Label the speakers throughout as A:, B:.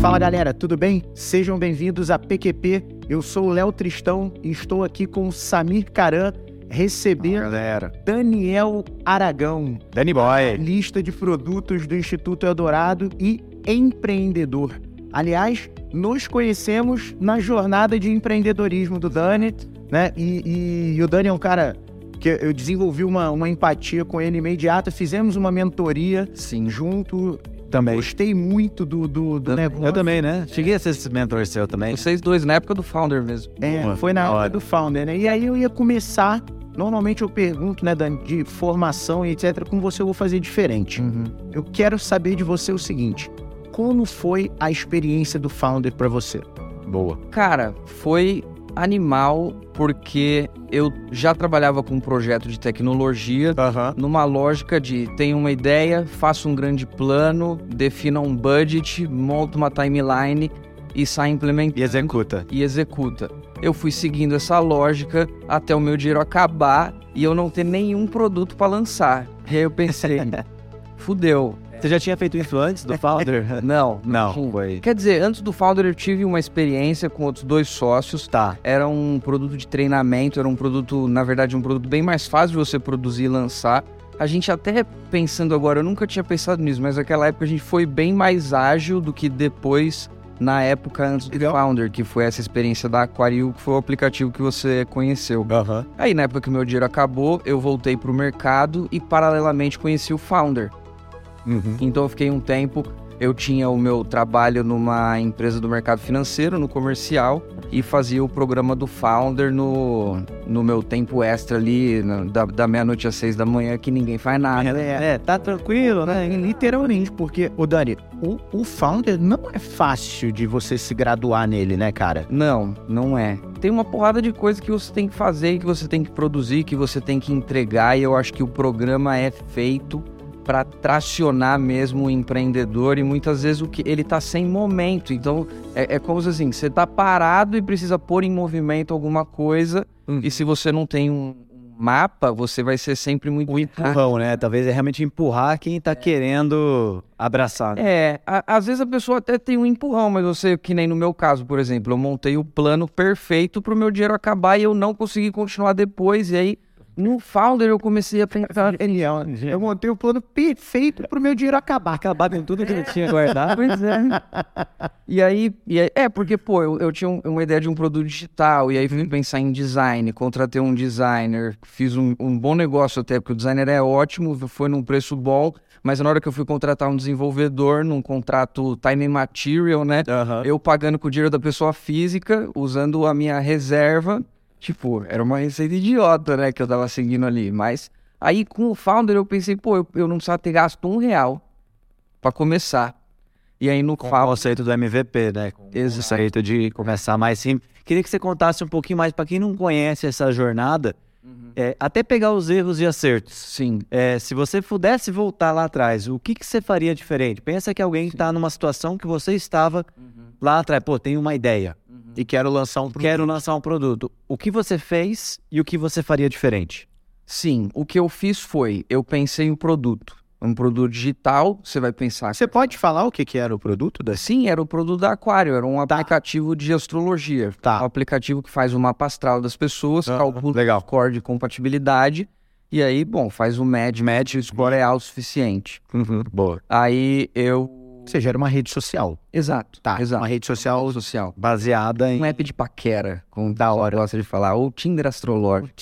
A: Fala galera, tudo bem? Sejam bem-vindos a PQP. Eu sou o Léo Tristão e estou aqui com o Samir Caran recebendo
B: galera. Ah,
A: Daniel Aragão,
B: Danny Boy.
A: lista de produtos do Instituto Eldorado e empreendedor. Aliás, nos conhecemos na jornada de empreendedorismo do Dani, né? E, e- e o Dani é um cara que eu desenvolvi uma, uma empatia com ele imediata, fizemos uma mentoria
B: Sim.
A: junto.
B: Também.
A: Gostei muito do, do, do negócio.
B: Eu também, né? Cheguei a ser esse mentor seu também.
C: Vocês dois, na época do Founder mesmo.
A: É,
B: Boa,
A: foi na
B: da
A: hora
B: hora.
A: do founder, né? E aí eu ia começar. Normalmente eu pergunto, né, Dani, de formação e etc. Com você eu vou fazer diferente. Eu quero saber de você o seguinte: como foi a experiência do founder pra você?
B: Boa.
C: Cara, foi animal porque eu já trabalhava com um projeto de tecnologia
B: Aham.
C: numa lógica de tenho uma ideia, faço um grande plano, defina um budget, monto uma timeline e sai implementando.
B: E executa.
C: e executa. Eu fui seguindo essa lógica até o meu dinheiro acabar e eu não ter nenhum produto pra lançar. E aí eu pensei, fudeu.
B: Você já tinha feito isso antes do Founder?
C: Não,
B: Não. Foi.
C: Quer dizer, antes do Founder eu tive uma experiência com outros dois sócios.
B: Tá.
C: Era um produto de treinamento, era um produto, na verdade, um produto bem mais fácil de você produzir e lançar. A gente até pensando agora, eu nunca tinha pensado nisso, mas naquela época a gente foi bem mais ágil do que depois, na época antes do
B: Legal.
C: Founder, que foi essa experiência da Aquariu, que foi o aplicativo que você conheceu.
B: Aham.
C: Aí, na época que o meu dinheiro acabou, eu voltei pro mercado e, paralelamente, conheci o Founder.
B: Uhum.
C: Então eu fiquei um tempo, eu tinha o meu trabalho numa empresa do mercado financeiro, no comercial, e fazia o programa do Founder no, no meu tempo extra ali, na- da, da meia-noite às seis da manhã, que ninguém faz nada.
A: É, tá tranquilo, né? Literalmente, porque, ô Dani, o, o founder não é fácil de você se graduar nele, né, cara?
C: Não, não é. Tem uma porrada de coisa que você tem que fazer, que você tem que produzir, que você tem que entregar, e eu acho que o programa é feito para tracionar mesmo o empreendedor e muitas vezes o que ele tá sem momento. Então é, é como se assim, você tá parado e precisa pôr em movimento alguma coisa,
B: Hum.
C: e se você não tem um um mapa, você vai ser sempre muito
B: O empurrão, né? Talvez é realmente empurrar quem tá querendo abraçar. né?
C: É, a- às vezes a pessoa até tem um empurrão, mas você, que nem no meu caso, por exemplo, eu montei o plano perfeito pro meu dinheiro acabar e eu não consegui continuar depois. E aí, no Founder, eu comecei a pensar.
A: Genial. é um,
B: É,
A: Eu montei o plano perfeito pro meu dinheiro acabar. Acabar com tudo que eu tinha guardado.
C: Pois é. E aí, e aí- é, porque, pô, eu, eu tinha um- uma ideia de um produto digital, e aí vim pensar em design, contratei um designer, fiz um, um bom negócio até, porque o designer é ótimo, foi num preço bom, mas na hora que eu fui contratar um desenvolvedor, num contrato time and material, né?
B: Aham.
C: Eu pagando com o dinheiro da pessoa física, usando a minha reserva. Tipo, era uma receita idiota, né? Que eu tava seguindo ali. Mas aí com o founder eu pensei, pô, eu, eu não precisava ter gasto um real pra começar. E aí no
B: Com o
C: founder.
B: conceito do MVP, né? Com o
C: Exato.
B: conceito de começar mais simples. Queria que você contasse um pouquinho mais pra quem não conhece essa jornada, é, até pegar os erros e acertos.
C: Sim.
B: É, se você pudesse voltar lá atrás, o que, que você faria diferente? Pensa que alguém está numa situação que você estava lá atrás. Pô, tenho uma ideia.
A: E quero lançar um
B: Quero lançar um produto. O que você fez e o que você faria diferente?
C: Sim. O que eu fiz foi, eu pensei em um produto. Um produto digital, você vai pensar.
A: Ah, Você pode falar o que, que era o produto? Da...
C: Sim, era o produto da Aquário, era um aplicativo de astrologia.
A: Tá.
C: Um aplicativo que faz o mapa astral das pessoas,
B: Ah,
C: calcula
B: legal.
C: o score de compatibilidade, e aí, bom, faz o MED, MED, o score é alto o suficiente.
B: Boa.
C: Aí eu...
A: Você gera uma rede social.
C: Exato,
A: Tá,
C: exato.
A: uma rede social
C: Rede social.
B: Baseada em.
C: Um app de paquera, como da hora gosta de falar, ou Tinder astrológico.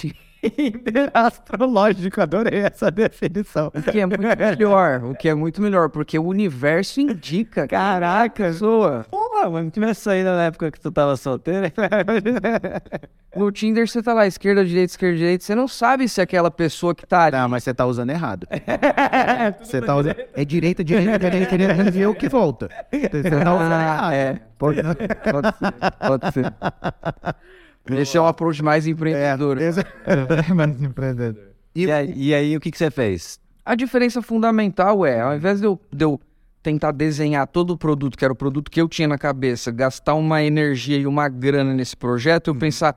A: astrológico. Adorei essa definição.
C: O que é muito melhor, o que é muito melhor, porque o universo indica... Caraca, zoa!
B: Porra, mano, tivesse saído na época que tu tava solteiro.
C: No Tinder você tá lá, esquerda, direita, esquerda, direita, você não sabe se aquela pessoa que tá ali
A: Não, mas você tá usando errado. Você tá usando. É direita, direita, direita, direita, ver é o que volta. Você tá usando errado.
C: é.
A: Pode-
C: Pode ser, pode ser. Esse é um approach mais empreendedor.
A: Mas É empreendedor.
B: E, aí, e aí, o que, que você fez?
C: A diferença fundamental é, ao invés de eu, de eu tentar desenhar todo o produto, que era o produto
B: Uhum.
C: que eu tinha na cabeça, gastar uma energia e uma grana nesse projeto, eu pensar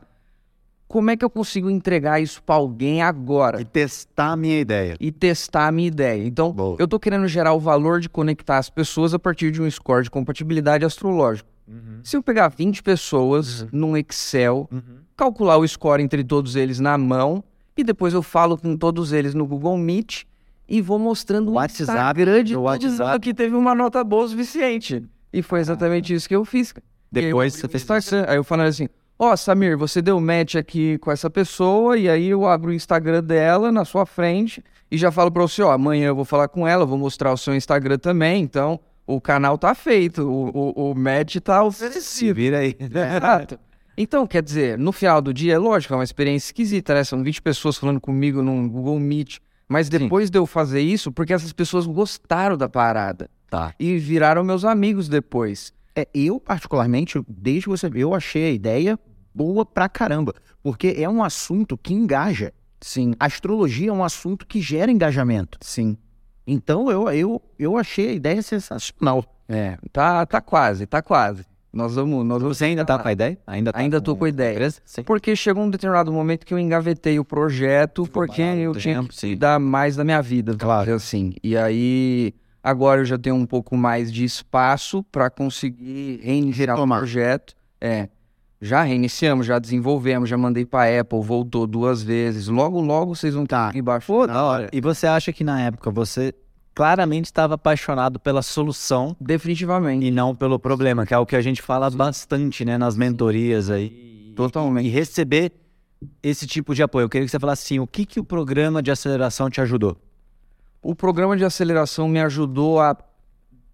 C: como é que eu consigo entregar isso para alguém agora
B: E testar a minha ideia.
C: e testar a minha ideia? Então,
B: Boa.
C: eu tô querendo gerar o valor de conectar as pessoas a partir de um score de compatibilidade astrológico.
B: Uhum.
C: Se eu pegar 20 pessoas num Excel, calcular o score entre todos eles na mão e depois eu falo com todos eles no Google Meet e vou mostrando o
B: WhatsApp,
C: Instagram de
B: no
C: Tá todos
B: WhatsApp.
C: dizendo que teve uma nota boa o suficiente. E foi exatamente isso que eu fiz. cara.
B: Depois
C: E aí
B: você
C: eu,
B: fez.
C: Instagram, aí eu falando assim, ó, Samir, você deu match aqui com essa pessoa e aí eu abro o Instagram dela na sua frente e já falo pra você, ó, amanhã eu vou falar com ela, vou mostrar o seu Instagram também, então o canal tá feito, o, o, o match tá oferecido.
B: Se vira aí.
C: Exato. Então, quer dizer, no final do dia, é lógico, é uma experiência esquisita, né? São 20 pessoas falando comigo num Google Meet. Mas depois de eu fazer isso, porque essas pessoas gostaram da parada.
B: Tá.
C: E viraram meus amigos depois.
A: É, eu, particularmente, desde que você. Eu achei a ideia boa pra caramba. Porque é um assunto que engaja.
C: Sim,
A: A astrologia é um assunto que gera engajamento.
C: sim.
A: Então eu, eu, eu achei a ideia sensacional.
C: É, tá, tá quase, tá quase. Nós vamos, nós vamos
B: Você ainda tá com a ideia? Ainda tá
C: Ainda tô com a ideia.
B: Beleza? Sim.
C: Porque chegou um determinado momento que eu engavetei o projeto, porque
B: parado
C: eu
B: um
C: tinha
B: tempo,
C: que
B: sim.
C: dar mais da minha vida,
B: Claro.
C: claro. assim. E aí, agora eu já tenho um pouco mais de espaço para conseguir reiniciar
A: Retomar.
C: o projeto. É. Já reiniciamos, já desenvolvemos, já mandei pra Apple, voltou duas vezes. Logo, logo vocês vão
A: Tá.
C: estar embaixo.
B: Na hora. E você acha que na época você claramente estava apaixonado pela solução
C: Definitivamente.
B: e não pelo problema, que é o que a gente fala bastante, né, nas mentorias aí.
C: Totalmente.
B: E receber esse tipo de apoio. Eu queria que você falasse assim, o que que o programa de aceleração te ajudou?
C: O programa de aceleração me ajudou a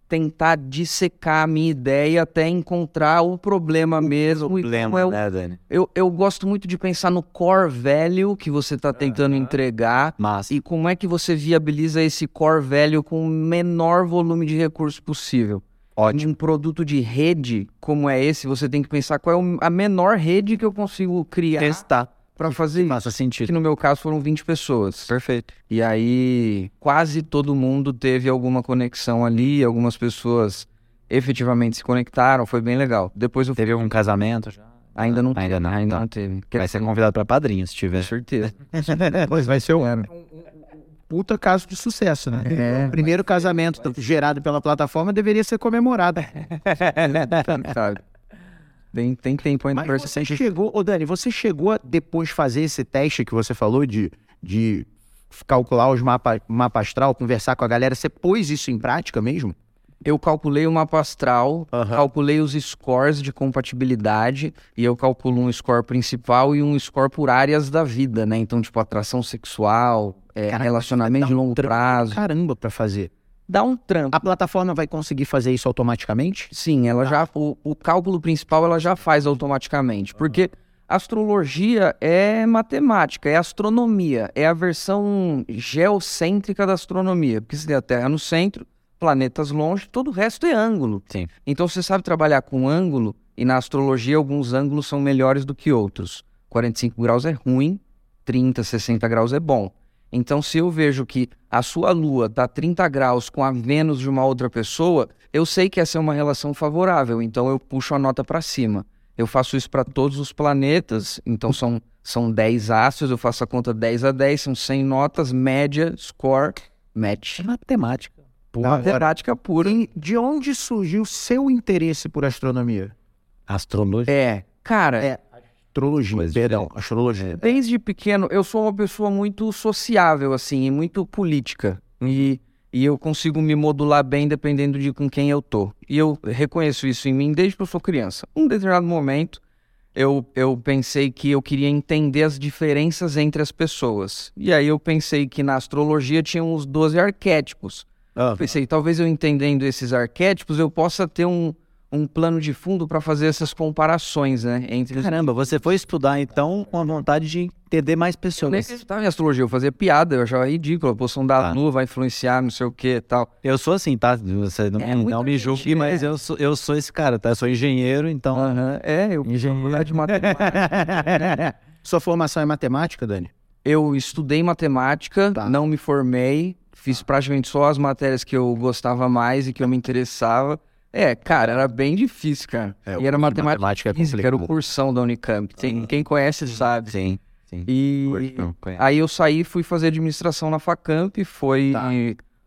C: tentar dissecar a minha ideia até encontrar o problema mesmo e como é o
B: né, Dani?
C: Eu, eu gosto muito de pensar no core value que você está tentando entregar
B: Mas
C: e como é que você viabiliza esse core value com o menor volume de recurso possível. Ótimo. Um produto de rede como é esse, você tem que pensar qual é o- a menor rede que eu consigo criar
B: testar
C: para fazer isso.
B: faça sentido.
C: Que no meu caso foram 20 pessoas.
B: Perfeito.
C: E aí, quase todo mundo teve alguma conexão ali, algumas pessoas efetivamente se conectaram, foi bem legal. Depois eu
B: Teve algum casamento já?
C: ainda não
B: Ainda não,
C: ainda
B: tá.
C: não teve. Quer
B: Vai ser convidado pra padrinho se tiver.
C: certeza.
A: Pois vai ser um puta caso de sucesso, né?
C: É.
A: O primeiro casamento gerado pela plataforma deveria ser comemorado.
C: sabe? Tem, tem tempo ainda
A: Mas
C: pra
A: você chegou, ô Dani, você chegou a depois fazer esse teste que você falou de, de calcular os mapas mapa astral, conversar com a galera, você pôs isso em prática mesmo?
C: Eu calculei o mapa astral, calculei os scores de compatibilidade, e eu calculo um score principal e um score por áreas da vida, né? Então, tipo, atração sexual, é,
A: Caraca,
C: relacionamento
A: dá
C: de
A: um
C: longo
A: trampo.
C: prazo.
A: Caramba, pra fazer.
C: Dá um trampo.
A: A plataforma vai conseguir fazer isso automaticamente?
C: Sim, ela já o, o cálculo principal ela já faz automaticamente, porque astrologia é matemática, é astronomia, é a versão geocêntrica da astronomia, porque você tem a Terra no centro, planetas longe, todo o resto é ângulo.
B: Sim.
C: Então você sabe trabalhar com ângulo e na astrologia alguns ângulos são melhores do que outros. 45 graus é ruim, 30, 60 graus é bom. Então, se eu vejo que a sua lua está 30 graus com a Vênus de uma outra pessoa, eu sei que essa é uma relação favorável, então eu puxo a nota para cima. Eu faço isso para todos os planetas, então são, são 10 astros, eu faço a conta 10 a 10, são 100 notas, média, score,
A: É
C: match.
B: matemática.
A: Da hora.
C: Prática pura.
A: E Tá de onde surgiu seu interesse por astronomia?
B: Astrologia.
C: É, cara,
A: É, Astrologia,
B: Coisa
A: perdão,
B: diferente.
A: astrologia.
C: Desde pequeno, eu sou uma pessoa muito sociável, assim, e muito política. E, e eu consigo me modular bem dependendo de com quem eu tô. E eu reconheço isso em mim desde que eu sou criança. Um determinado momento, eu, eu pensei que eu queria entender as diferenças entre as pessoas. E aí eu pensei que na astrologia tinham os 12 arquétipos.
B: Ah,
C: Eu pensei, talvez eu entendendo esses arquétipos, eu possa ter um, um plano de fundo para fazer essas comparações, né? Entre os
B: Caramba, você foi estudar então com a vontade de entender mais
C: Eu nem
B: pessoas.
C: acreditava em astrologia, eu fazia piada, eu achava ridículo, a posição da
B: Tá.
C: lua vai influenciar, não sei o que tal.
B: Eu sou assim, tá? Você não,
C: É,
B: não
C: muita
B: me
C: gente,
B: julgue, mas eu sou, eu sou esse cara, tá? Eu sou engenheiro, então.
C: Aham, É, eu mulher de matemática.
A: Sua formação é matemática, Dani?
C: eu estudei matemática,
A: Tá.
C: não
B: Tá.
C: me formei, fiz praticamente só as matérias que eu gostava mais e que eu me interessava. É, cara, era bem difícil, cara.
B: É,
C: e era
B: o-
C: matemática,
B: matemática é
C: física, era o
B: complicado.
C: cursão da Unicamp. Tem- quem conhece sabe.
B: Sim, sim.
C: E
B: Cursão, conhece.
C: aí eu saí, fui fazer administração na Facamp, foi
A: Tá.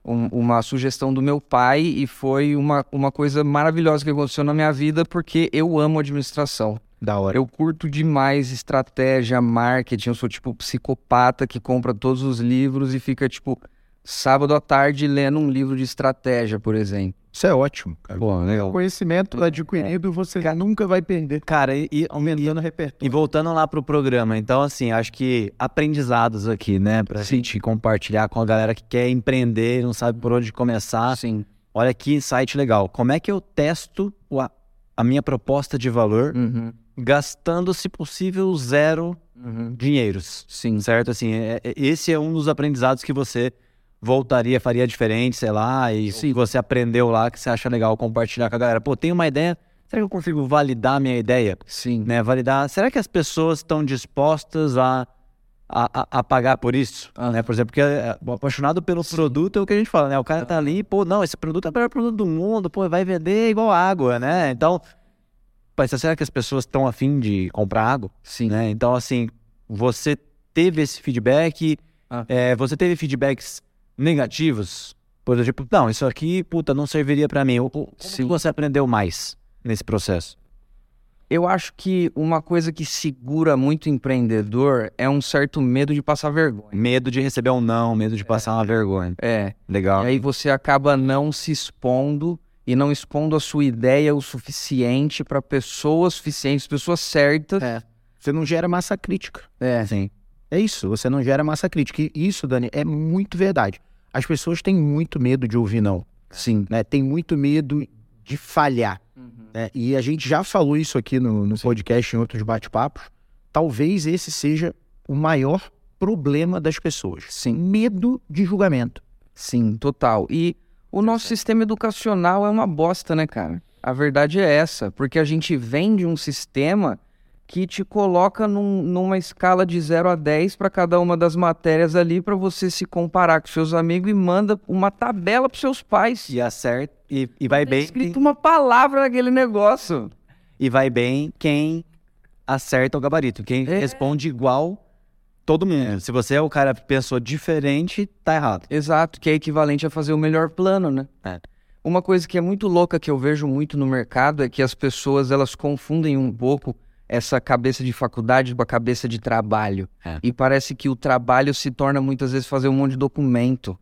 C: um- uma sugestão do meu pai e foi uma, uma coisa maravilhosa que aconteceu na minha vida, porque eu amo administração.
A: Da hora.
C: Eu curto demais estratégia, marketing. Eu sou tipo psicopata que compra todos os livros e fica tipo sábado à tarde lendo um livro de estratégia, por exemplo.
B: Isso é ótimo, cara. Bom, legal.
A: Conhecimento adquirido você nunca vai perder.
B: Cara, e, e-
A: Aumentando o repertório.
B: e voltando lá pro programa, então, assim, acho que aprendizados aqui, né? Pra
C: Sim.
B: gente compartilhar com a galera que quer empreender, não sabe por onde começar.
C: Assim.
B: Olha que insight legal. Como é que eu testo o a, a minha proposta de valor
C: Uhum,
B: gastando, se possível, zero
C: uhum.
B: dinheiros?
C: Sim.
B: Certo? Assim, é- é- esse é um dos aprendizados que você voltaria, faria diferente, sei lá, e
C: Sim.
B: se você aprendeu lá que você acha legal compartilhar com a galera. Pô, tem uma ideia. Será que eu consigo validar a minha ideia?
C: Sim.
B: né, validar. Será que as pessoas estão dispostas a, a, a- a pagar por isso?
C: Ah.
B: Né, por exemplo, porque é, é, apaixonado pelo produto é o que a gente fala, né? O cara tá ali, pô, não, esse produto é o melhor produto do mundo, pô, vai vender igual água, né? Então, mas será que as pessoas estão afim de comprar água?
C: Sim.
B: né? Então, assim, você teve esse feedback,
C: Ah.
B: é, você teve feedbacks negativos? Por exemplo, não, isso aqui, puta, não serviria pra mim. Ou, Como que
C: Sim.
B: você aprendeu mais nesse processo?
C: Eu acho que uma coisa que segura muito o empreendedor é um certo medo de passar vergonha.
B: Medo de receber um não, medo de passar uma vergonha.
C: É.
B: Legal.
C: E aí você acaba não se expondo e não expondo a sua ideia o suficiente para pessoas suficientes, pessoas certas.
A: É. Você não gera massa crítica.
C: É.
B: Sim.
A: É isso, você não gera massa crítica. E isso, Dani, é muito verdade. As pessoas têm muito medo de ouvir não,
C: Sim.
A: né? Tem muito medo de falhar. né? E a gente já falou isso aqui no, no podcast, em outros bate-papos. Talvez esse seja o maior problema das pessoas.
C: Sim.
A: Medo de julgamento.
C: Sim, total. E o nosso sistema educacional é uma bosta, né, cara? A verdade é essa, porque a gente vem de um sistema que te coloca num- numa escala de 0 a 10 para cada uma das matérias ali para você se comparar com seus amigos e manda uma tabela para seus pais.
B: E acerta. E, e vai
C: Tá
B: bem.
C: escrito uma palavra naquele negócio.
B: E vai bem quem acerta o gabarito. Quem
C: É.
B: responde igual todo mundo. Se você é o cara que pensou diferente, tá errado.
C: Exato, que é equivalente a fazer o melhor plano, né?
B: É.
C: Uma coisa que é muito louca que eu vejo muito no mercado é que as pessoas elas confundem um pouco essa cabeça de faculdade com a cabeça de trabalho.
B: É.
C: E parece que o trabalho se torna muitas vezes fazer um monte de documento,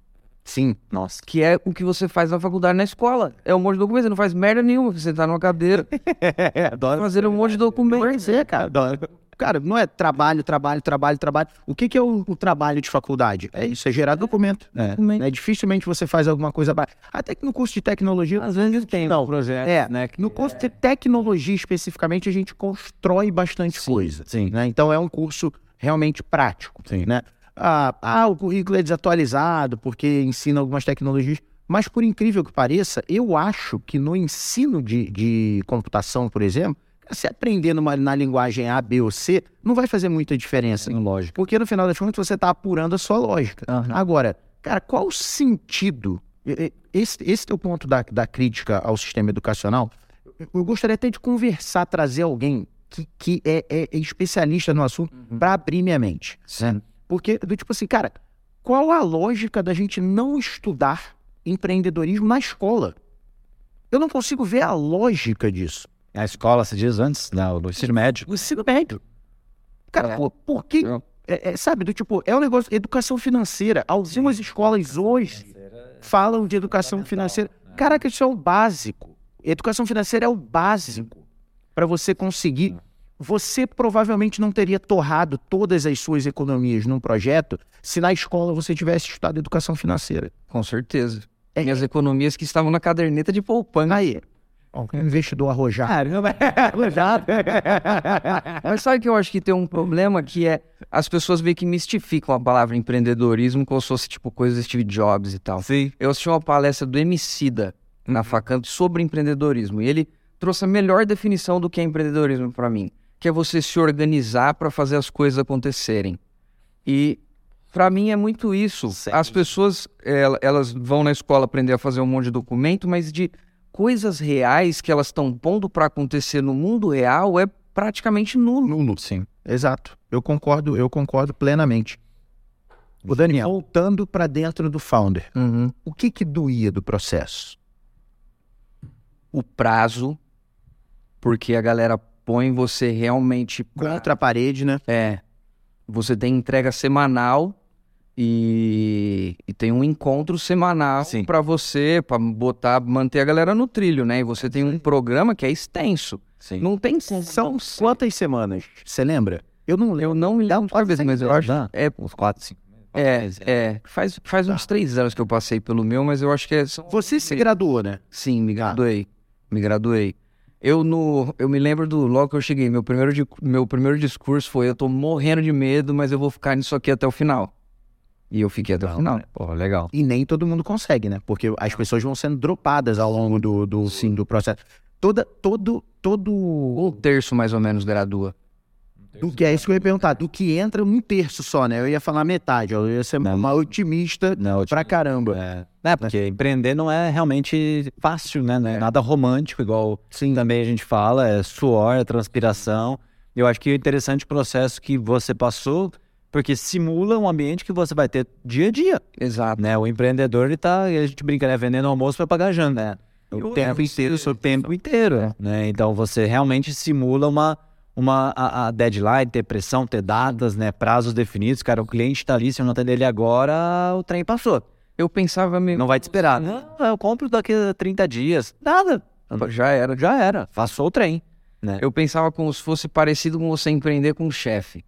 A: Sim.
B: Nossa.
C: que é o que você faz na faculdade, na escola. É um monte de documento, você não faz merda nenhuma, você tá numa cadeira,
B: Adoro.
C: fazer um monte de documento.
A: Pois é, cara. É, Cara, não é trabalho, trabalho, trabalho, trabalho. O que, que é o, o trabalho de faculdade? É isso, é gerar documento.
B: É.
C: Documento.
A: Né? Dificilmente você faz alguma coisa. ba- Até que no curso de tecnologia
B: Às vezes tem
A: Não,
B: um projeto,
A: é,
B: né?
A: No curso de tecnologia, especificamente, a gente constrói bastante coisa.
B: Sim.
A: né? Então, é um curso realmente prático.
B: Sim.
A: né? Ah, ah, o currículo é desatualizado porque ensina algumas tecnologias. Mas, por incrível que pareça, eu acho que no ensino de, de computação, por exemplo, se aprender numa- na linguagem A, B ou C, não vai fazer muita diferença.
B: lógico.
A: Porque no final das contas você está apurando a sua lógica. Agora, cara, qual o sentido? E- e- Esse, esse teu ponto da, da crítica ao sistema educacional, eu- eu gostaria até de conversar, trazer alguém que, que é, é- é especialista no assunto para abrir minha mente.
C: Sim.
A: Porque, do tipo assim, cara, qual a lógica da gente não estudar empreendedorismo na escola? Eu não consigo ver a lógica disso.
B: A escola se diz antes, né? O ensino médio.
A: O Tipo, ensino médio. Cara,
C: É.
A: pô, por que. é- é, sabe, do tipo, é um negócio. Educação financeira. Algumas escolas hoje falam de educação financeira. Caraca, isso é o básico. Educação financeira é o básico para você conseguir. Você provavelmente não teria torrado todas as suas economias num projeto se na escola você tivesse estudado educação financeira.
C: Com certeza.
A: É-
C: Minhas economias que estavam na caderneta de poupança.
A: Aí, ó, um investidor arrojado.
B: Caramba,
C: Mas sabe que eu acho que tem um problema que é as pessoas meio que mistificam a palavra empreendedorismo como se fosse tipo coisa do Steve Jobs e tal.
B: Sim.
C: Eu assisti uma palestra do Emicida na Facamp sobre empreendedorismo e ele trouxe a melhor definição do que é empreendedorismo pra mim, que é você se organizar pra fazer as coisas acontecerem. E pra mim é muito isso. eh,
B: Sim.
C: As pessoas el- elas vão na escola aprender a fazer um monte de documento, mas de coisas reais que elas estão pondo para acontecer no mundo real é praticamente nulo.
A: Nulo. Sim. Exato. Eu concordo, eu concordo plenamente. O Daniel, voltando para dentro do founder, o que que doía do processo?
C: O prazo, porque a galera põe você realmente pra-
A: Contra a parede, né?
C: É. Você tem entrega semanal e, e tem um encontro semanal
B: Sim.
C: pra você, pra botar, manter a galera no trilho, né? E você tem um programa que é extenso.
B: Sim.
C: Não tem
A: São quantas semanas? Você lembra? Eu não lembro.
C: Eu não me lembro de vez, mas eu acho.
B: Dá
C: É,
B: uns 4, 5.
C: é, é. Faz, faz
B: Tá.
C: uns três anos que eu passei pelo meu, mas eu acho que é, são
A: Você se graduou, né?
C: Sim, me
B: Tá.
A: Ah.
C: graduei. Me graduei. Eu no, eu me lembro do logo que eu cheguei, meu primeiro di- meu primeiro discurso foi eu tô morrendo de medo, mas eu vou ficar nisso aqui até o final. E eu fiquei até o final.
B: é, Pô, legal.
A: E nem todo mundo consegue, né? Porque as pessoas vão sendo dropadas ao longo do, do, do processo. Toda, todo, todo...
C: Um terço mais ou menos gradua.
A: Do que é isso que eu ia perguntar. Do que entra um terço só, né? Eu ia falar metade. Eu ia ser
B: Não.
A: uma otimista
B: Não, eu te-
A: pra caramba.
B: É, né, porque empreender não é realmente fácil, né? Não é Nada romântico, igual também a gente fala, é suor, é transpiração. Eu acho que é interessante o processo que você passou, porque simula um ambiente que você vai ter dia a dia,
C: Exato.
B: né? O empreendedor, ele tá, a gente brinca, né? Vendendo almoço para pagar janta, né?
A: O tempo inteiro,
B: o tempo inteiro, né? Então você realmente simula uma uma a, a deadline, ter pressão, ter datas, né, prazos definidos, cara, o cliente tá ali, se eu não atender ele agora, o trem passou.
C: Eu pensava meio
B: Não vai te esperar. Não, eu compro daqui a 30 dias. Nada.
C: já era.
B: Já era. Passou o trem.
C: Eu pensava como se fosse parecido com você empreender com um chefe.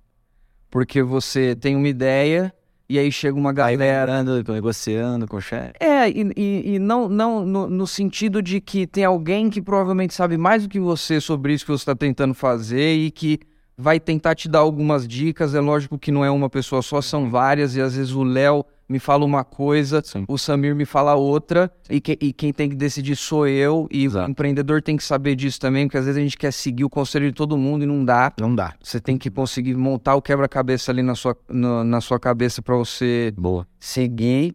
C: Porque você tem uma ideia e aí chega uma galera
B: Esperando, negociando com o chefe.
C: É, e, e- e não, não no, no sentido de que tem alguém que provavelmente sabe mais do que você sobre isso que você está tentando fazer e que vai tentar te dar algumas dicas. É lógico que não é uma pessoa só, são várias, e às vezes o Léo me fala uma coisa,
B: Sim.
C: o Samir me fala outra, e, que- e quem tem que decidir sou eu, e
B: Exato.
C: o empreendedor tem que saber disso também, porque às vezes a gente quer seguir o conselho de todo mundo e não dá.
A: Não dá.
C: Você tem que conseguir montar o quebra-cabeça ali na sua, na- na sua cabeça para você
B: Boa.
C: seguir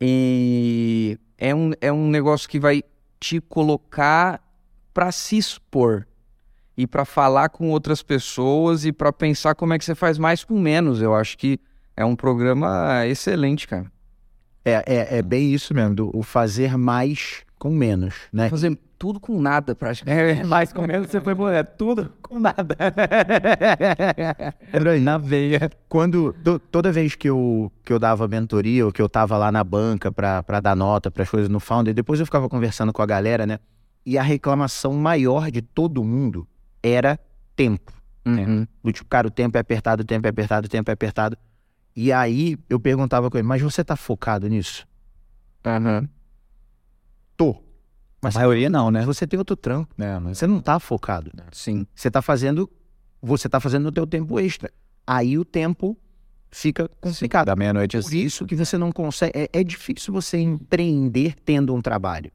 C: e é um, é um negócio que vai te colocar para se expor e para falar com outras pessoas e para pensar como é que você faz mais com menos. Eu acho que é um programa excelente, cara.
A: É, é, é bem isso mesmo, do, o fazer mais com menos, né?
C: É Fazer tudo com nada, praticamente.
B: É, mais com menos você foi boa. Tudo com nada. Na veia.
A: Quando, to- toda vez que eu, que eu dava mentoria ou que eu tava lá na banca pra, pra dar nota para as coisas no Founder, depois eu ficava conversando com a galera, né? E a reclamação maior de todo mundo era tempo.
C: Uhum.
A: Do tipo, cara, o tempo é apertado, o tempo é apertado, o tempo é apertado. E aí eu perguntava com ele, mas você tá focado nisso?
C: Aham.
A: Tô.
B: Mas a maioria não, né?
A: Mas você tem outro trampo.
B: É, mas...
A: Você não tá focado.
C: Sim.
A: Você tá fazendo. Você tá fazendo o teu tempo extra. Aí o tempo fica complicado.
B: Da meia-noite assim.
A: Por isso que você não consegue. É, é difícil você empreender tendo um trabalho.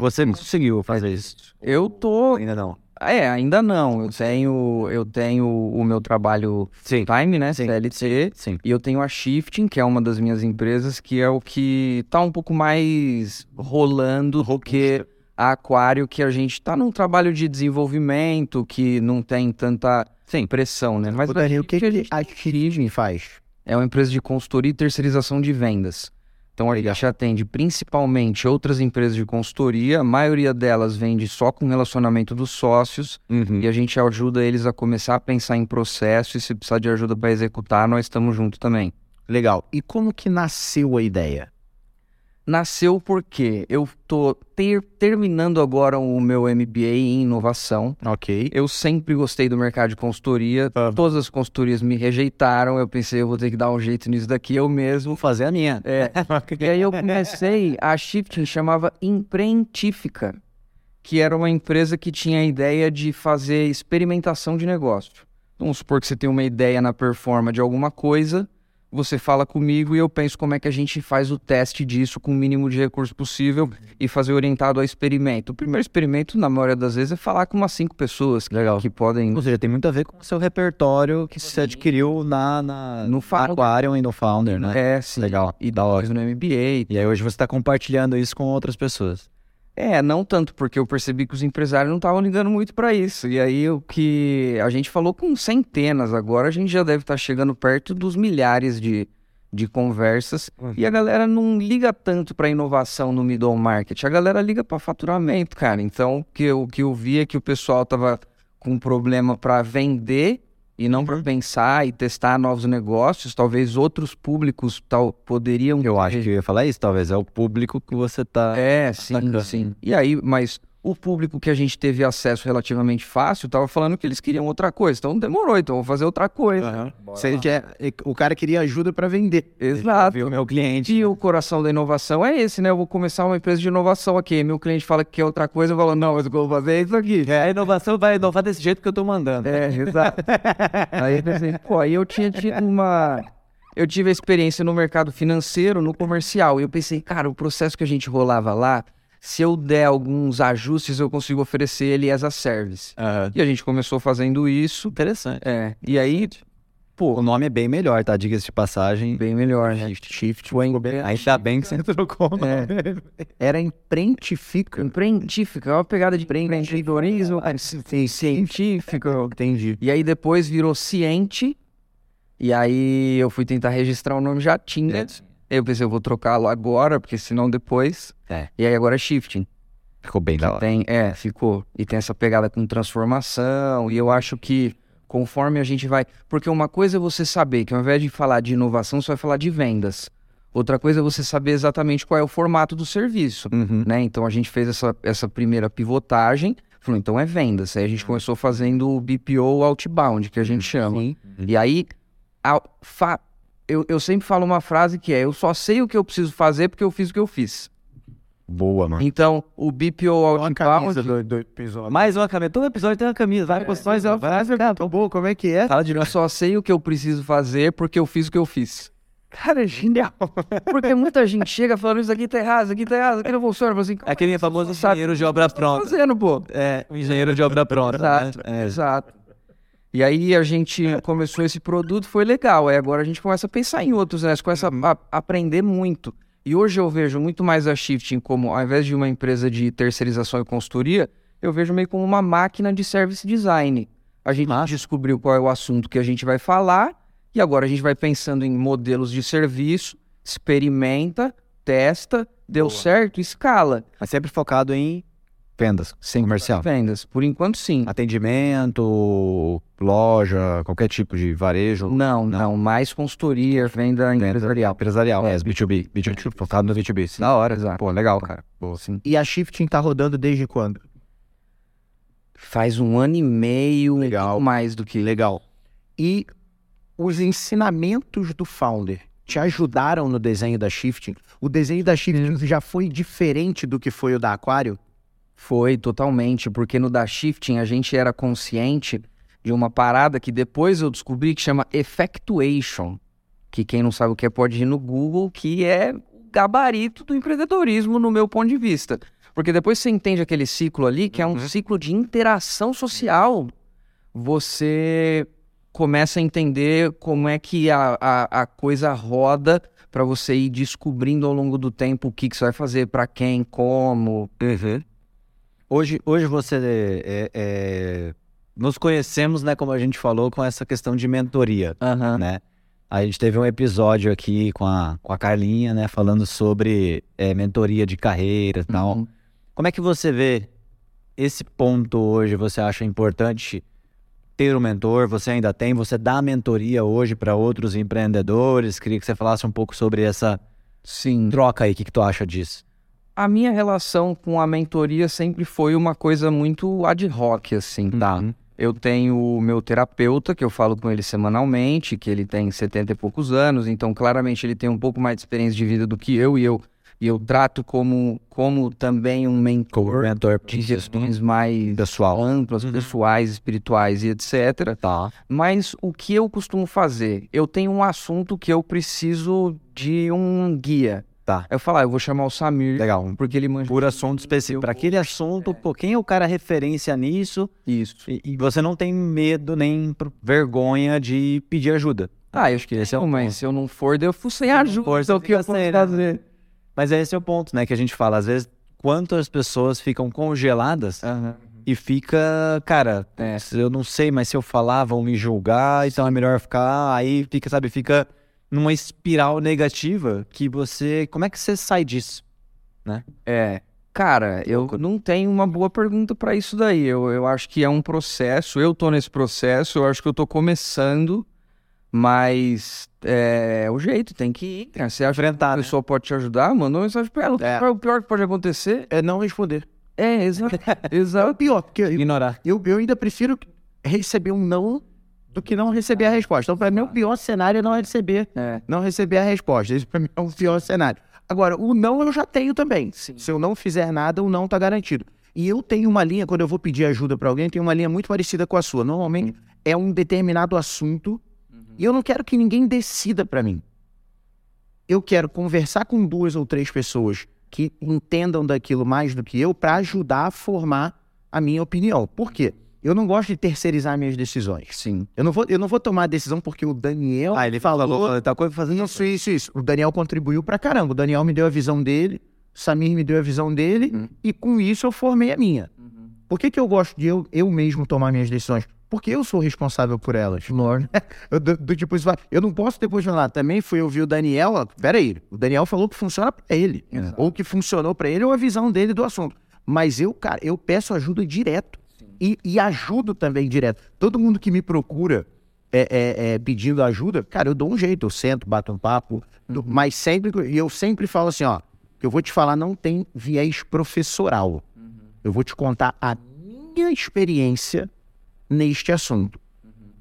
B: Você conseguiu fazer isso.
C: Eu tô.
B: Ainda não.
C: É, ainda não. Eu tenho, eu tenho o meu trabalho
B: Sim. Tá.
C: time, né?
B: Sim.
C: CLT.
B: Sim.
C: E eu tenho a Shifting, que é uma das minhas empresas, que é o que tá um pouco mais rolando do que a Aquário, que a gente tá num trabalho de desenvolvimento, que não tem tanta
B: Sim.
C: pressão, né? Mas
A: Ô, Daniel, o que,
C: a gente
A: que a Kirigin faz?
C: é uma empresa de consultoria e terceirização de vendas. Então a gente atende principalmente outras empresas de consultoria, a maioria delas vende só com relacionamento dos sócios,
B: Uhum.
C: e a gente ajuda eles a começar a pensar em processo, e se precisar de ajuda para executar, nós estamos junto também.
A: Legal. E como que nasceu a ideia?
C: Nasceu porque eu tô ter- terminando agora o meu MBA em inovação.
A: Ok.
C: Eu sempre gostei do mercado de consultoria.
B: Ah.
C: Todas as consultorias me rejeitaram. Eu pensei, eu vou ter que dar um jeito nisso daqui eu mesmo.
B: Vou fazer a minha.
C: É. e aí eu comecei, a Shifting chamava Empreentífica, que era uma empresa que tinha a ideia de fazer experimentação de negócio. Então, Vamos supor que você tem uma ideia na performance de alguma coisa, você fala comigo e eu penso como é que a gente faz o teste disso com o mínimo de recurso possível e fazer orientado ao experimento. O primeiro experimento, na maioria das vezes, é falar com umas cinco pessoas que-
B: Legal.
C: que podem
B: Ou seja, tem muito a ver com o seu repertório que você adquiriu na, na
C: No Founder.
B: Aquarium e no Founder, né?
C: é, sim,
B: Legal.
C: e
B: da hora.
C: depois no MBA.
B: É. tá E aí hoje você está compartilhando isso com outras pessoas.
C: É, não tanto, porque eu percebi que os empresários não estavam ligando muito para isso. E aí o que a gente falou com centenas, agora a gente já deve estar chegando perto dos milhares de, de conversas. E a galera não liga tanto para inovação no middle market, a galera liga para faturamento, cara. Então, o que eu, o que eu vi é que o pessoal tava com problema para vender e não
B: Uhum.
C: para pensar e testar novos negócios, talvez outros públicos tal poderiam
B: Eu acho que eu ia falar isso, talvez. É o público que você tá.
C: é, sim,
B: atacando.
C: sim. E aí, mas o público que a gente teve acesso relativamente fácil tava falando que eles queriam outra coisa. Então demorou, então vou fazer outra
B: É. Ah,
C: coisa.
A: Você quer- o cara queria ajuda pra vender.
C: Exato.
B: tá? Viu meu cliente.
C: E o coração da inovação é esse, né? Eu vou começar uma empresa de inovação aqui. Meu cliente fala que quer outra coisa, eu falo, não, mas o que eu vou fazer é isso aqui.
B: É, a inovação vai inovar desse jeito que eu tô mandando.
C: É, exato. aí eu pensei, pô, aí eu tinha tido uma. Eu tive a experiência no mercado financeiro, no comercial, e eu pensei, cara, o processo que a gente rolava lá, se eu der alguns ajustes, eu consigo oferecer ele as a service.
B: Aham.
C: E a gente começou fazendo isso.
B: É, Interessante.
C: É, e aí,
B: O nome é bem melhor, tá? Diga-se de passagem.
C: bem melhor, né?
B: Shift. Shift. Ainda É, bem que você trocou o nome.
A: Era empreentifica.
C: Empreendífica, é uma pegada de empreendedorismo. é,
A: Científico. Entendi.
C: E aí depois virou ciente. E aí eu fui tentar registrar o nome já
B: É. né?
C: tinha. Eu pensei, eu vou trocá-lo agora, porque senão depois.
B: É.
C: E aí agora é shifting.
B: Ficou bem da hora.
C: Tem, é, ficou. E tem essa pegada com transformação. E eu acho que conforme a gente vai. Porque uma coisa é você saber que ao invés de falar de inovação, você vai falar de vendas. Outra coisa é você saber exatamente qual é o formato do serviço
B: Uhum.
C: né? Então a gente fez essa, essa primeira pivotagem, falou, então é vendas. Aí a gente começou fazendo o BPO outbound, que a gente chama.
A: Sim.
C: E aí, a- fa- eu, eu sempre falo uma frase que é: eu só sei o que eu preciso fazer porque eu fiz o que eu fiz.
B: Boa, mano.
C: Então, o BPO
A: Uma camisa do,
C: outbound.
A: do episódio.
B: Mais uma camisa. Todo episódio tem uma camisa. Vai com
A: Mas é uma frase tá boa, como é que é?
B: Fala de
C: Eu
B: novo.
C: só sei o que eu preciso fazer porque eu fiz o que eu fiz.
A: Cara, é genial.
C: Porque muita gente chega falando isso aqui tá errado, isso aqui tá errado, isso aqui não funciona. Eu falo assim, "Como é que
B: Aquele famoso
C: Sabe-
B: engenheiro de obra
C: você tá
B: pronta.
C: fazendo, pô?
B: É, o engenheiro de obra pronta.
C: Exato,
B: né? É.
C: exato. E aí a gente começou esse produto, foi legal. Aí agora a gente começa a pensar em outros, né? Você começa a, a aprender muito. E hoje eu vejo muito mais a Shifting como, ao invés de uma empresa de terceirização e consultoria, eu vejo meio como uma máquina de service design. A gente
B: Massa.
C: descobriu qual é o assunto que a gente vai falar e agora a gente vai pensando em modelos de serviço, experimenta, testa, deu certo, escala.
B: Mas sempre focado em vendas. Sim. Comercial.
C: Vendas, por enquanto sim.
B: Ah. Atendimento, loja, qualquer tipo de varejo.
C: Não, não, mais consultoria, venda empresarial.
B: Empresarial. É, B2B.
A: tipo,
B: B2B. Focado no B2B. sim.
C: Da hora, exato.
B: Pô, legal, cara. Boa.
C: Sim.
A: E a Shifting tá rodando desde quando?
C: Faz um ano e meio, um
A: Legal.
C: mais do que.
A: Legal. E os ensinamentos do founder te ajudaram no desenho da Shifting? O desenho da Shifting já foi diferente do que foi o da Aquário?
C: Foi, totalmente, porque no da Shifting a gente era consciente de uma parada que depois eu descobri que chama Effectuation, que quem não sabe o que é pode ir no Google, que é o gabarito do empreendedorismo no meu ponto de vista. Porque depois você entende aquele ciclo ali, que é um ciclo de interação social. Você começa a entender como é que a, a, a coisa roda para você ir descobrindo ao longo do tempo o que, que você vai fazer, para quem, como,
B: Hoje, hoje você é, é, nos conhecemos, né, como a gente falou, com essa questão de mentoria,
C: Aham. Uhum.
B: né? A gente teve um episódio aqui com a, com a Carlinha, né, falando sobre é, mentoria de carreira e tal.
C: Uhum.
B: Como é que você vê esse ponto hoje? Você acha importante ter um mentor? Você ainda tem? Você dá mentoria hoje para outros empreendedores? Queria que você falasse um pouco sobre essa
C: Sim.
B: troca aí. O que, que tu acha disso?
C: A minha relação com a mentoria sempre foi uma coisa muito ad hoc, assim, tá?
B: Uhum.
C: Eu tenho o meu terapeuta, que eu falo com ele semanalmente, que ele tem 70 e poucos anos, então claramente ele tem um pouco mais de experiência de vida do que eu, e eu, e eu trato como, como também um
B: Como
C: mentor
B: mentor
C: de questões mais
B: pessoal. Uhum.
C: amplas, pessoais, espirituais e etc.
B: Tá.
C: Mas o que eu costumo fazer? Eu tenho um assunto que eu preciso de um guia.
B: Tá.
C: Eu falo, ah, eu vou chamar o Samir,
B: Legal.
C: porque ele manja
B: por assunto específico. Para aquele assunto, pô, quem é o cara referência nisso?
C: isso.
B: E, e você não tem medo nem pro- vergonha de pedir ajuda.
C: Ah, eu acho que
B: esse é o
C: mas
B: ponto.
C: se eu não for, daí eu fui sem ajuda.
B: for, você
C: então o que eu
B: fica
C: posso
B: sem, né?
C: fazer?
B: Mas esse é o ponto, né? Que a gente fala, às vezes, quanto as pessoas ficam congeladas
C: Aham.
B: e fica, cara,
C: É.
B: eu não sei, mas se eu falar vão me julgar, então é melhor ficar, aí fica, sabe, fica numa espiral negativa que você, como é que você sai disso?
C: É. Cara, eu não tenho uma boa pergunta pra isso daí. Eu, eu acho que é um processo. Eu tô nesse processo, eu acho que eu tô começando, mas é, é o jeito, tem que ir. cara. Você acha que a
B: Enfrentar, né?
C: pessoa pode te ajudar? Mandou mensagem pra ela.
A: É.
C: Qual é o pior que pode acontecer?
A: É não responder.
C: É, exato. exato.
A: Pior, porque eu,
B: Ignorar.
A: eu, eu ainda prefiro receber um não do que não receber a resposta. Então, pra mim, o pior cenário é não receber,
C: É.
A: não receber a resposta. Isso pra mim é o pior cenário. Agora, o não eu já tenho também. Se eu não fizer nada, o não tá garantido. E eu tenho uma linha, quando eu vou pedir ajuda pra alguém, tem uma linha muito parecida com a sua. Normalmente é um determinado assunto e eu não quero que ninguém decida pra mim. Eu quero conversar com duas ou três pessoas que entendam daquilo mais do que eu pra ajudar a formar a minha opinião. Por quê? Eu não gosto de terceirizar minhas decisões.
C: Sim.
A: Eu não vou, eu não vou tomar a decisão porque o Daniel
B: Ah, ele fala, vou fazer tal coisa, fazendo
A: isso, isso, isso. O Daniel contribuiu pra caramba. O Daniel me deu a visão dele, o Samir me deu a visão dele,
C: Uhum.
A: e com isso eu formei a minha. Por que, que eu gosto de eu, eu mesmo tomar minhas decisões? Porque eu sou responsável por elas. Eu, do, do tipo, isso vai- eu não posso depois falar, também fui ouvir o Daniel, ó, peraí, o Daniel falou que funciona pra ele. né?
C: Exato.
A: Ou que funcionou pra ele, ou a visão dele do assunto. Mas eu, cara, eu peço ajuda direto. E, e ajudo também direto. Todo mundo que me procura é, é, é, pedindo ajuda, cara, eu dou um jeito, eu sento, bato um papo. do- Mas sempre, que- e eu sempre falo assim, ó, que eu vou te falar, não tem viés professoral. Eu vou te contar a minha experiência neste assunto.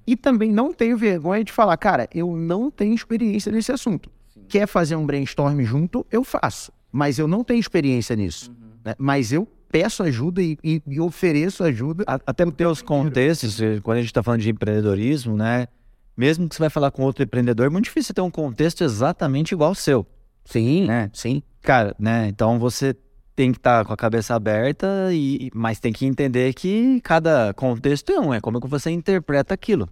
A: E também não tenho vergonha de falar, cara, eu não tenho experiência nesse assunto. Quer fazer um brainstorm junto? Eu faço. Mas eu não tenho experiência nisso. né? Mas eu peço ajuda e, e- e ofereço ajuda.
B: A- Até porque os contextos, eh, quando a gente está falando de empreendedorismo, né? Mesmo que você vai falar com outro empreendedor, é muito difícil ter um contexto exatamente igual ao seu.
A: Sim,
C: né?
A: sim.
B: Cara, né? Então você tem que estar com a cabeça aberta, e, e- mas tem que entender que cada contexto é um, é como que você interpreta aquilo,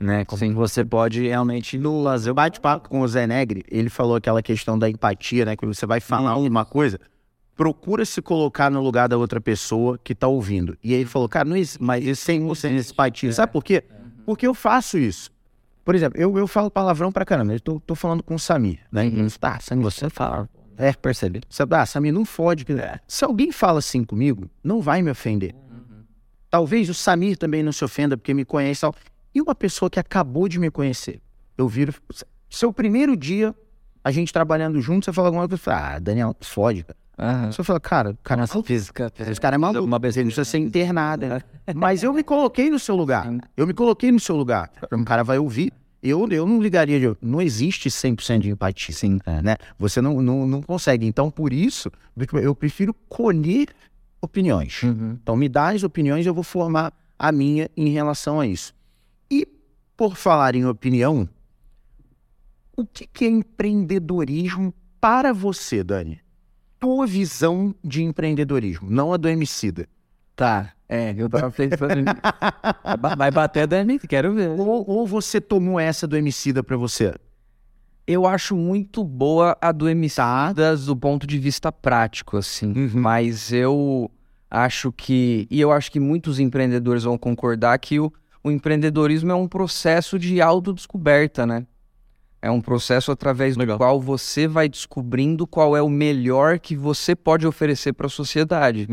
B: né? Como que você pode realmente no lazer.
A: Eu bate-papo com o Zé Negri, ele falou aquela questão da empatia, né? Que você vai falar uma coisa, procura se colocar no lugar da outra pessoa que tá ouvindo. E aí ele falou, cara, não existe, mas isso sem sem esse empatia. Sabe por quê? Porque eu faço isso. Por exemplo, eu, eu falo palavrão pra caramba. Eu tô, tô falando com o Samir, né? Ele fala, Tá, Samir, você fala.
B: É, percebido.
A: Você, ah, Samir, não fode. que- Se alguém fala assim comigo, não vai me ofender. Talvez o Samir também não se ofenda, porque me conhece e tal. E uma pessoa que acabou de me conhecer, eu viro. Seu primeiro dia, a gente trabalhando junto, você fala alguma coisa, você fala, ah, Daniel, fode, cara.
C: Aham.
A: Você fala, cara, cara,
B: Nossa, física.
A: esse cara é maluco.
B: Uma vez
A: Ele não precisa ser internado. né? Mas eu me coloquei no seu lugar. Eu me coloquei no seu lugar. O cara vai ouvir. Eu, eu não ligaria. de- Não existe 100% de empatia. Sim. Né? Você não, não, não consegue. Então, por isso, eu prefiro colher
C: Hum.
A: opiniões. Então, me dá as opiniões, eu vou formar a minha em relação a isso. E, por falar em opinião, o que, que é empreendedorismo para você, Dani? Tua visão de empreendedorismo, não a do Emicida.
C: Tá. É, eu tava pensando. Ba- Vai bater da mim, quero ver.
A: Ou, ou você tomou essa do Emicida pra você?
C: Eu acho muito boa a do Emissadas do ponto de vista prático, assim. Mas eu acho que. E eu acho que muitos empreendedores vão concordar que o, o empreendedorismo é um processo de autodescoberta, né? É um processo através do
B: Legal.
C: qual você vai descobrindo qual é o melhor que você pode oferecer para a sociedade.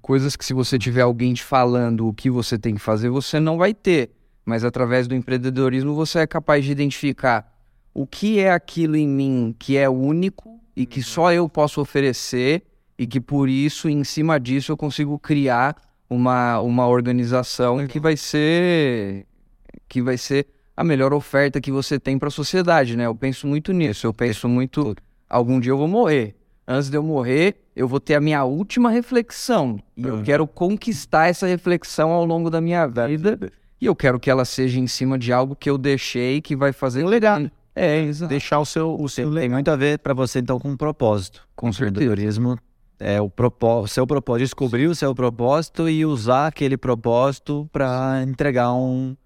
C: Coisas que, se você tiver alguém te falando o que você tem que fazer, você não vai ter. Mas através do empreendedorismo você é capaz de identificar o que é aquilo em mim que é único e que só eu posso oferecer e que por isso, em cima disso, eu consigo criar uma, uma organização que vai ser que vai ser a melhor oferta que você tem para a sociedade, né? Eu penso muito nisso. Eu penso muito algum dia eu vou morrer. Antes de eu morrer, eu vou ter a minha última reflexão e eu
B: Uhum.
C: quero conquistar essa reflexão ao longo da minha vida. E eu quero que ela seja em cima de algo que eu deixei que vai fazer.
A: Um legado.
C: É, exato.
A: Deixar o seu, o seu
B: Tem muito a ver para você, então, com um propósito.
C: Com
B: Empreendedorismo é o propó- seu propósito, descobrir o seu propósito e usar aquele propósito para entregar um,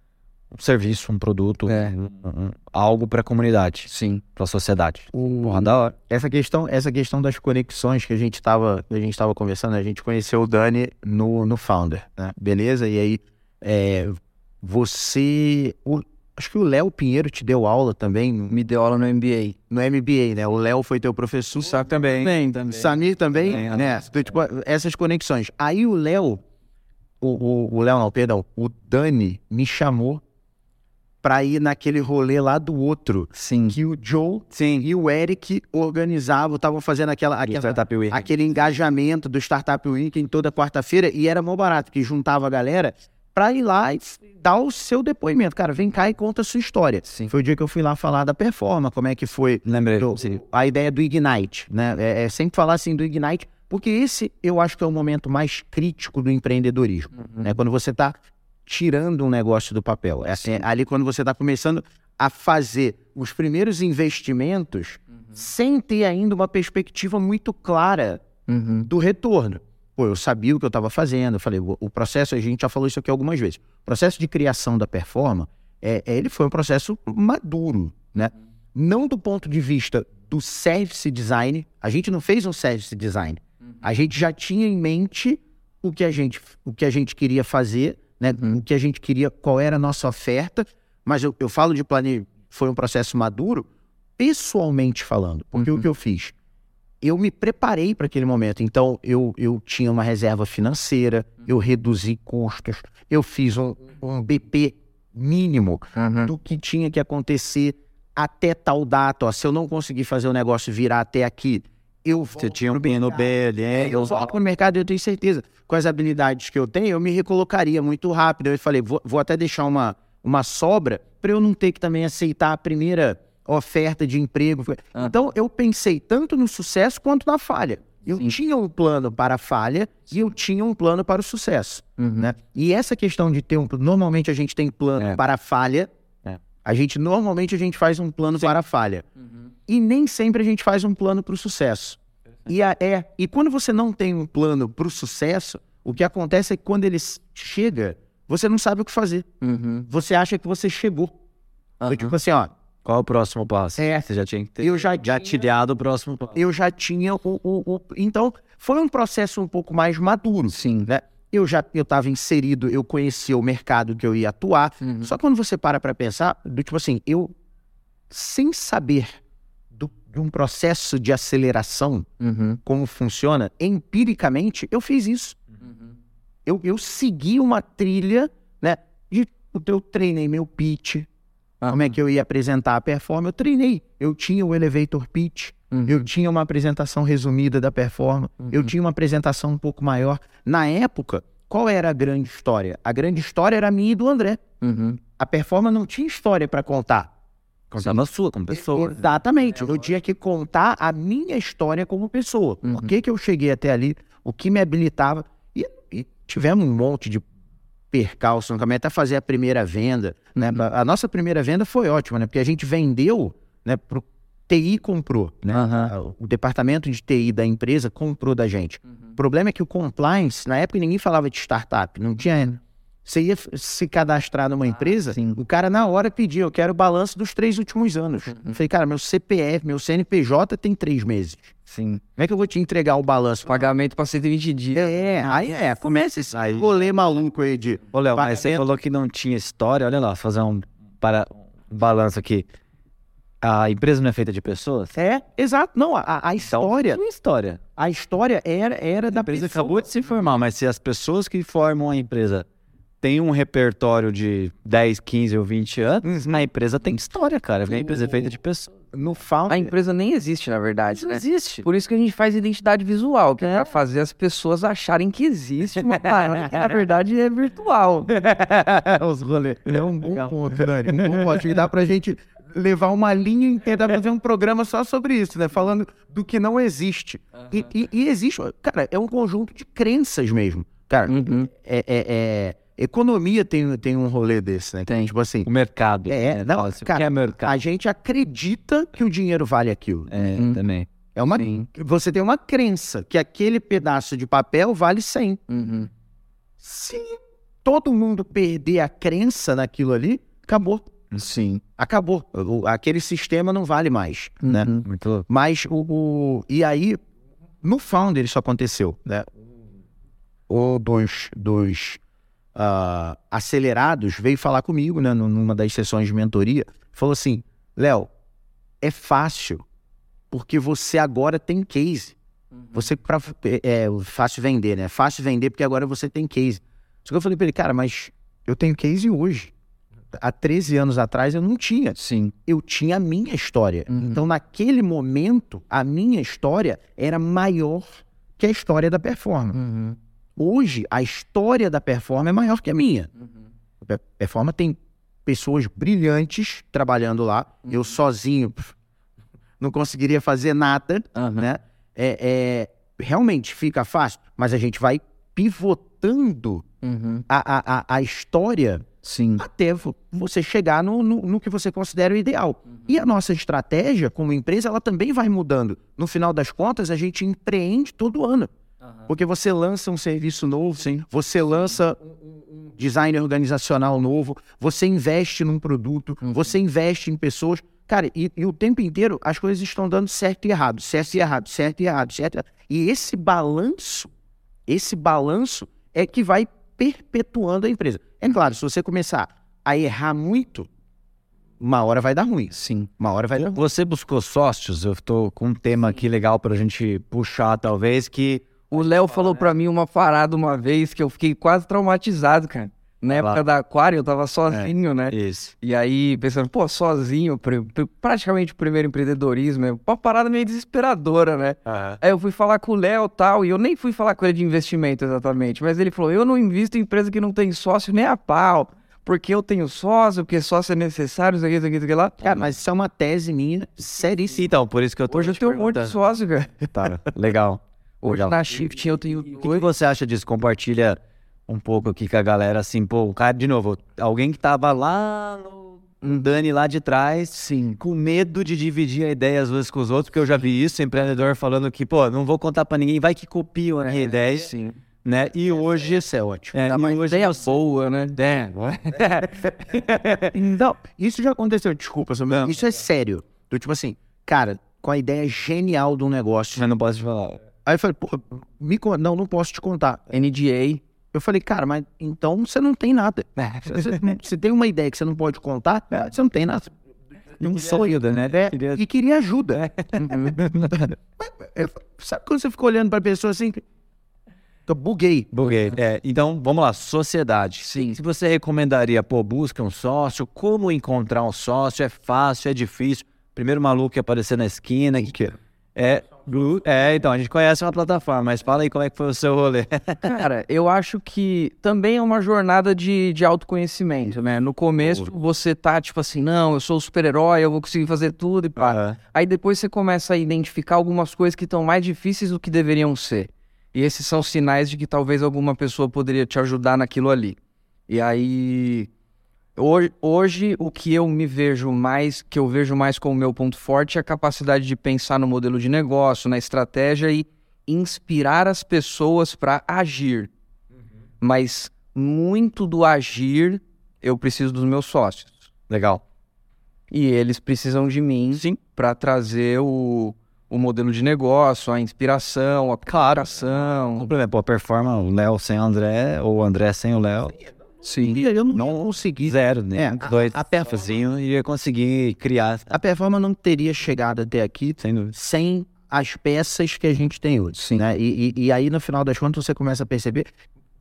B: um serviço, um produto,
C: É.
B: um- um- algo pra comunidade,
C: Sim.
B: pra sociedade.
A: O-
B: Porra, da hora.
A: Essa questão, essa questão das conexões que a gente estava a gente tava conversando, né? a gente conheceu o Dani no, no Founder, né? Beleza? E aí, é, você. o- acho que o Léo Pinheiro te deu aula também no,
C: Me deu aula no MBA.
A: no MBA, né? O Léo foi teu professor.
B: Saco também. também.
A: Samir também,
B: Também, é.
A: né? Então, tipo, essas conexões. Aí o Léo, o- o o Léo não, perdão, o Dani me chamou pra ir naquele rolê lá do outro,
C: Sim.
A: que o Joe
B: Sim.
A: e o Eric organizavam, estavam fazendo aquela,
B: Aqui é
A: aquela-
B: Startup Week.
A: aquele engajamento do Startup Week em toda quarta-feira, e era mó barato, que juntava a galera pra ir lá e dar o seu depoimento. Cara, vem cá e conta a sua história.
C: Sim.
A: Foi o dia que eu fui lá falar da performance, como é que foi
B: Lembrei.
A: do-
B: Sim.
A: a ideia do Ignite, né? É, é sempre falar assim do Ignite, porque esse eu acho que é o momento mais crítico do empreendedorismo, né? Quando você está tirando um negócio do papel, é, é ali quando você está começando a fazer os primeiros investimentos sem ter ainda uma perspectiva muito clara
C: Uhum.
A: do retorno. Pô, eu sabia o que eu estava fazendo, eu falei, o, o processo, a gente já falou isso aqui algumas vezes, o processo de criação da performance, é, é- ele foi um processo maduro, né? Não do ponto de vista do service design, a gente não fez um service design, a gente já tinha em mente o que a gente, o que a gente queria fazer, né? O que a gente queria, qual era a nossa oferta, mas eu, eu falo de planejamento, foi um processo maduro, pessoalmente falando, porque o que eu fiz? eu me preparei para aquele momento. Então, eu, eu tinha uma reserva financeira, eu reduzi custos, eu fiz um, um BP mínimo
C: Uhum.
A: do que tinha que acontecer até tal data. Ó, se eu não conseguir fazer o negócio virar até aqui, eu vou.
B: Você tinha um pino B ali, é,
A: né? Eu volto pro mercado, eu tenho certeza. Com as habilidades que eu tenho, eu me recolocaria muito rápido. Eu falei, vou, vou até deixar uma, uma sobra para eu não ter que também aceitar a primeira oferta de emprego.
C: Ah.
A: Então, eu pensei tanto no sucesso quanto na falha. Eu tinha um plano para a falha e eu tinha um plano para o sucesso. Né? E essa questão de ter um plano, normalmente a gente tem plano
B: É.
A: para a falha.
B: É.
A: A gente normalmente a gente faz um plano para a falha.
B: Uhum.
A: E nem sempre a gente faz um plano para o sucesso. E, a- é, e quando você não tem um plano para o sucesso, o que acontece é que quando ele s- chega, você não sabe o que fazer.
C: Uhum.
A: Você acha que você chegou. Então,
C: Aham.
A: Tipo assim, ó,
B: Qual é o próximo passo?
A: É.
B: Você já tinha que ter
A: eu já,
B: já tilhado o próximo passo.
A: eu já tinha o, o- o- Então, foi um processo um pouco mais maduro.
C: Sim.
A: né? Eu já eu estava inserido, eu conhecia o mercado que eu ia atuar.
C: Uhum.
A: Só que quando você para para pensar, do tipo assim, eu sem saber do- de um processo de aceleração,
C: Uhum.
A: como funciona, empiricamente, eu fiz isso.
C: Uhum.
A: Eu, eu segui uma trilha, né? De, eu treinei meu pitch,
C: Ah.
A: como é que eu ia apresentar a performance. Eu treinei. Eu tinha o elevator pitch,
C: Uhum.
A: eu tinha uma apresentação resumida da performance, eu tinha uma apresentação um pouco maior. Na época, qual era a grande história? A grande história era a minha e do André.
C: Uhum.
A: A performance não tinha história para contar.
B: Contava a sua, como pessoa.
A: Exatamente. Eu tinha que contar a minha história como pessoa. Por que, que eu cheguei até ali? O que me habilitava? E, e tivemos um monte de percalço no caminho até fazer a primeira venda. Né? A nossa primeira venda foi ótima, né? Porque a gente vendeu, né? Pro TI comprou, né?
C: Aham.
A: Ah, O departamento de TI da empresa comprou da gente. O problema é que o compliance, na época ninguém falava de startup, não tinha. Você ia f- se cadastrar numa empresa,
C: sim.
A: o cara na hora pedia, eu quero o balanço dos três últimos anos. Eu Falei, cara, meu CPF, meu CNPJ tem três meses.
C: Sim.
A: Como é que eu vou te entregar o balanço?
C: Pagamento pra 120 dias.
A: É, aí é, começa esse
B: Aí-
A: rolê maluco aí de.
B: Ô, Léo,
A: Vai-
B: mas você falou que não tinha história. Olha lá, fazer um, para, um balanço aqui. A empresa não é feita de pessoas?
A: É, exato. Não, a, a história,
B: Tem história.
A: a história era, era
B: A
A: da
B: empresa
A: pessoa.
B: acabou de se formar, mas se as pessoas que formam a empresa têm um repertório de 10, 15 ou 20 anos,
C: Uhum.
B: na empresa tem história, cara. Porque a empresa é feita de pessoas.
A: no
C: A
A: founder.
C: empresa nem existe, na verdade, né?
B: existe.
C: Por isso que a gente faz identidade visual, que é pra fazer as pessoas acharem que existe uma parada que na verdade é virtual.
A: Os rolês. É um bom ponto, Dani. Um bom ponto. E dá pra gente levar uma linha inteira, fazer um programa só sobre isso, né? Falando do que não existe. E, e- e existe, cara, é um conjunto de crenças mesmo. Cara,
B: Hum.
C: Uhum.
A: é, é- é- economia tem, tem um rolê desse, né?
C: Tem.
A: Tipo assim,
B: O mercado.
A: É, não,
B: fala assim, o
A: cara,
B: que é mercado?
A: a gente acredita que o dinheiro vale aquilo.
B: É,
C: Hum.
B: também.
A: É uma,
C: Sim.
A: você tem uma crença que aquele pedaço de papel vale 100.
C: Uhum.
A: Se todo mundo perder a crença naquilo ali, acabou.
B: Sim.
A: Acabou. O- aquele sistema não vale mais, né?
B: Uhum. Muito louco.
A: Mas o, o- E aí, no Founder isso aconteceu, né? Um dos, dos ah, acelerados veio falar comigo, né? num- Numa das sessões de mentoria. Falou assim, Léo, é fácil, porque você agora tem case. Você, pra, é, é fácil vender, né? Fácil vender porque agora você tem case. Só que eu falei pra ele, cara, mas eu tenho case hoje. Há 13 anos atrás eu não tinha
C: Sim.
A: eu tinha a minha história. Então, naquele momento, a minha história era maior que a história da performance.
C: uhum.
A: Hoje, a história da performance é maior que a minha.
C: Uhum,
A: A per- performance tem pessoas brilhantes trabalhando lá. Eu sozinho pff, não conseguiria fazer nada, né? É- é, realmente fica fácil, mas a gente vai pivotando
C: uhum.
A: a- a, a, a história
C: Sim.
A: até vo- você chegar no, no, no que você considera o ideal. E a nossa estratégia como empresa, ela também vai mudando. No final das contas, a gente empreende todo ano. Porque você lança um serviço novo, você lança um design organizacional novo, você investe num produto, você investe em pessoas. Cara, e, e o tempo inteiro as coisas estão dando certo e errado, certo e errado, certo e errado, certo e errado. E esse balanço, esse balanço é que vai perpetuando a empresa. É claro, se você começar a errar muito, uma hora vai dar ruim.
C: Sim.
A: Uma hora vai dar ruim.
B: Você buscou sócios? Eu tô com um tema aqui legal pra gente puxar, talvez, que
C: O Léo falou pra mim uma parada uma vez que eu fiquei quase traumatizado, cara. Na época
B: Claro.
C: da Aquário, eu tava sozinho, né?
B: Isso.
C: E aí, pensando, pô, sozinho, pr- pr- praticamente o primeiro empreendedorismo, é uma parada meio desesperadora, né? Aí eu fui falar com o Léo e tal, e eu nem fui falar com ele de investimento exatamente, mas ele falou: eu não invisto em empresa que não tem sócio nem a pau, porque eu tenho sócio, porque sócio é necessário, isso aqui, isso aqui, isso aqui lá.
A: Cara, mas isso é uma tese minha
B: Sim,
A: seríssima.
B: Então, por isso que eu tô
C: Hoje eu
B: te
C: tenho um monte de
B: perguntando.
C: sócio, cara.
B: Tá, legal.
C: Hoje
B: Legal.
C: na Shift eu tenho
B: O que, que você acha disso? Compartilha um pouco aqui com a galera, assim, pô, o cara, de novo, alguém que tava lá no um Dani lá de trás, sim, com medo de dividir a ideia às vezes com os outros, porque eu já vi isso, empreendedor falando que, pô, não vou contar pra ninguém, vai que copiam a minha ideia,
C: Sim.
B: né? E hoje,
A: Isso é ótimo.
B: é, e
C: Mas
B: hoje
C: ideia boa, né?
A: Não, isso já aconteceu, desculpa, Samuel. Isso é sério. Do tipo assim, cara, com a ideia genial de um negócio.
B: mas não posso te falar.
A: Aí eu falei, pô, me con- não, não posso te contar.
C: NDA.
A: Eu falei, cara, mas então você não tem nada. Você, você tem uma ideia que você não pode contar, você não tem nada. É,
B: Um sonho, né?
A: E queria É. ajuda. Eu- Sabe quando você ficou olhando pra pessoa assim? Eu buguei.
B: Buguei. É, então, vamos lá, sociedade.
C: Sim.
B: Se você recomendaria, pô, busca um sócio, como encontrar um sócio? É fácil, é difícil. Primeiro maluco que aparecer na esquina. Que É, Glu- é, então, a gente conhece uma plataforma, mas fala aí como é que foi o seu rolê.
C: Cara, eu acho que também é uma jornada de, de autoconhecimento, né? No começo você tá tipo assim, não, eu sou o super-herói, eu vou conseguir fazer tudo e pá.
B: Ah, é.
C: Aí depois você começa a identificar algumas coisas que estão mais difíceis do que deveriam ser. E esses são sinais de que talvez alguma pessoa poderia te ajudar naquilo ali. E aí. Hoje, hoje o que eu me vejo mais, que eu vejo mais como meu ponto forte é a capacidade de pensar no modelo de negócio, na estratégia e inspirar as pessoas para agir. Mas muito do agir eu preciso dos meus sócios.
B: Legal.
C: E eles precisam de mim para trazer o, o modelo de negócio, a inspiração, a coração.
B: Complemento, Então, pô, performa o Léo sem o André, ou o André sem o Léo.
C: Sim.
A: E eu não, consegui.
B: Zero, né?
A: É, a-
B: Dois.
A: a performance-
B: sozinho, ia conseguir criar,
A: A performance não teria chegado até aqui
B: sem dúvida.
A: sem as peças que a gente tem hoje.
C: Sim.
A: né? E, e- e aí, no final das contas, você começa a perceber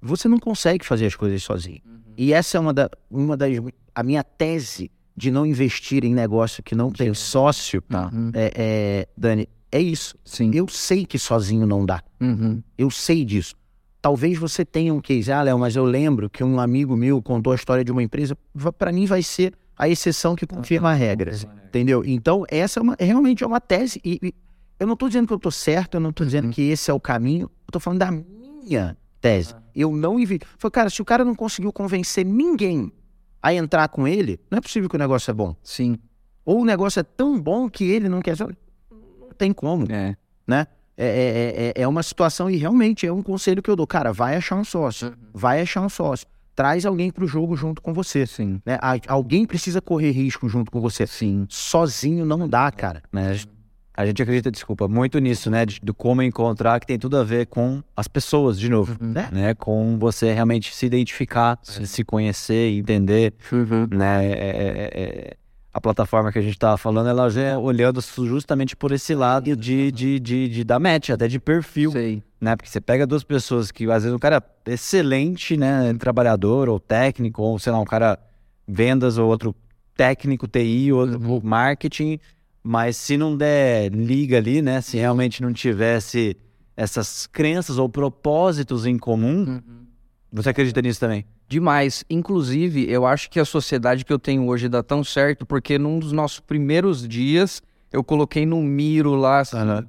A: você não consegue fazer as coisas sozinho.
B: Uhum.
A: E essa é uma, da, uma das. A minha tese de não investir em negócio que não tem sócio,
C: Uhum.
A: é, é, Dani, é isso.
C: Sim.
A: Eu sei que sozinho não dá.
C: Uhum.
A: Eu sei disso. Talvez você tenha um case, ah, Léo, mas eu lembro que um amigo meu contou a história de uma empresa. Para mim vai ser a exceção que Ah, tá. confirma a regra, entendeu? Então essa é uma- realmente é uma tese e, e eu não tô dizendo que eu tô certo, eu não tô dizendo que esse é o caminho. Eu tô falando da minha tese. Eu não invito. Falei, cara, se o cara não conseguiu convencer ninguém a entrar com ele, não é possível que o negócio é bom.
C: Sim.
A: Ou o negócio é tão bom que ele não quer. Não tem como.
C: É.
A: É, é- é- é- é uma situação e realmente é um conselho que eu dou. Cara, vai achar um sócio. Vai achar um sócio. traz alguém pro jogo junto com você.
C: Sim.
A: Né? A- Alguém precisa correr risco junto com você.
C: Sim.
A: Sozinho não dá, cara.
B: né? A gente- A gente acredita, desculpa, muito nisso, né? De, do como encontrar, que tem tudo a ver com as pessoas, de novo,
A: Né?
B: né? Com você realmente se identificar, se se conhecer, entender, né? É- é- é- é- a plataforma que a gente tava falando, ela já é olhando justamente por esse lado de, de, de, de dar match, até de perfil,
C: Sei.
B: né? Porque você pega duas pessoas que, às vezes, um cara excelente, né? Trabalhador ou técnico, ou sei lá, um cara vendas ou outro técnico, TI, outro marketing, mas se não der liga ali, né? Se realmente não tivesse essas crenças ou propósitos em comum, você acredita nisso também?
C: Demais. Inclusive, eu acho que a sociedade que eu tenho hoje dá tão certo, porque num dos nossos primeiros dias, eu coloquei no Miro lá
B: Tá.
C: assim,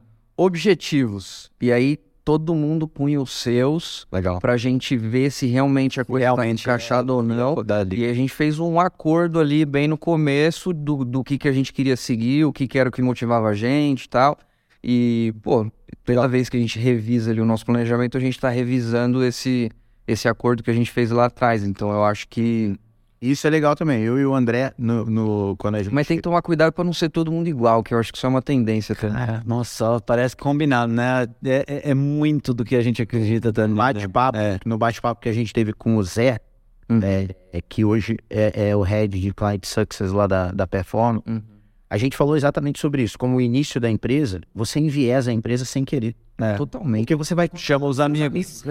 C: objetivos. E aí todo mundo punha os seus
B: Legal.
C: pra gente ver se realmente a coisa tá
B: Realmente,
C: encaixada ou não.
B: Dali.
C: E a gente fez um acordo ali bem no começo do, do que, que a gente queria seguir, o que, que era o que motivava a gente e tal. E, pô, toda vez que a gente revisa ali o nosso planejamento, a gente tá revisando esse, esse acordo que a gente fez lá atrás. Então eu acho que.
A: Isso é legal também. Eu e o André, no, no- quando a gente.
C: Mas tem que tomar cuidado pra não ser todo mundo igual, que eu acho que isso é uma tendência também.
B: Ah, nossa, parece combinado, né? É, é- é muito do que a gente acredita também. né?
A: bate-papo,
B: É.
A: no bate-papo que a gente teve com o Zé,
C: Uhum.
A: né, é que hoje é, é o head de client success lá da, da Perform,
C: Uhum.
A: a gente falou exatamente sobre isso. Como o início da empresa, você enviesa a empresa sem querer.
B: É.
C: Totalmente.
A: Porque você vai.
B: Chama os amigos.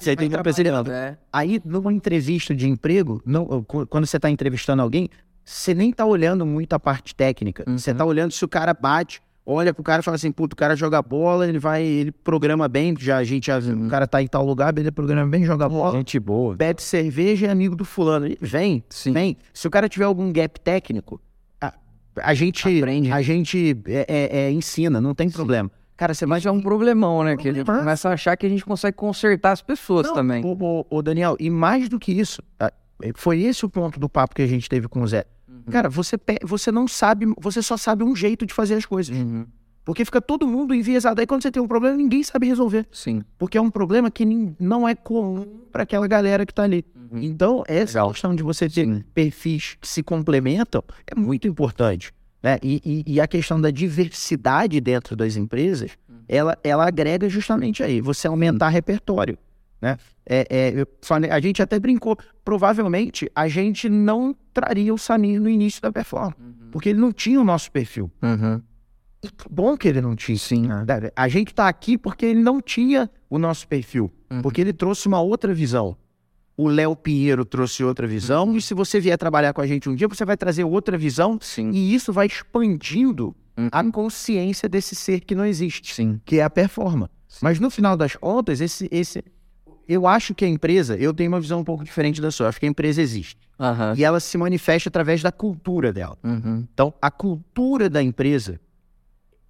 B: Você tem que pensar, não,
C: É.
A: Aí, numa entrevista de emprego, não- qu- quando você está entrevistando alguém, você nem tá olhando muito a parte técnica.
C: Uhum.
A: Você tá olhando se o cara bate, olha pro cara e fala assim: puto, o cara joga bola, ele vai, ele programa bem, já, a gente já, o cara tá em tal lugar, ele programa bem, joga bola.
B: Gente boa.
A: bebe cerveja é amigo do fulano. E Vem,
C: Sim.
A: vem. Se o cara tiver algum gap técnico, a, a gente,
C: Aprende.
A: a gente é, é- é, ensina, não tem problema. Cara, você vai
C: Mas é um problemão, né? Que a gente
A: Problemaço.
C: começa a achar que a gente consegue consertar as pessoas
A: Não,
C: também.
A: Ô, ô, ô, Daniel, e mais do que isso, a- foi esse o ponto do papo que a gente teve com o Zé.
C: Hum.
A: Cara, você, pe- você não sabe, você só sabe um jeito de fazer as coisas.
C: Uhum.
A: Porque fica todo mundo enviesado. Aí quando você tem um problema, ninguém sabe resolver.
C: Sim.
A: Porque é um problema que nin- não é comum para aquela galera que tá ali. Então, essa
B: Legal.
A: questão de você ter
C: Sim.
A: perfis que se complementam é muito importante. Né? E, e- e a questão da diversidade dentro das empresas, ela, ela agrega justamente aí, você aumentar repertório. Né? É, é, eu falei- a gente até brincou, provavelmente a gente não traria o Samir no início da performance, porque ele não tinha o nosso perfil.
C: Uhum.
A: E que bom que ele não tinha.
C: Sim.
A: Né? A gente tá aqui porque ele não tinha o nosso perfil,
C: Uhum.
A: porque ele trouxe uma outra visão. O Léo Pinheiro trouxe outra visão,
C: Uhum.
A: e se você vier trabalhar com a gente um dia, você vai trazer outra visão,
C: Sim.
A: e isso vai expandindo
C: Uhum.
A: a consciência desse ser que não existe,
C: Sim.
A: que é a performance.
C: Sim.
A: Mas no final das contas, esse, esse. Eu acho que a empresa, eu tenho uma visão um pouco diferente da sua, eu acho que a empresa existe.
C: Aham.
A: E ela se manifesta através da cultura dela.
C: Uhum.
A: Então, a cultura da empresa,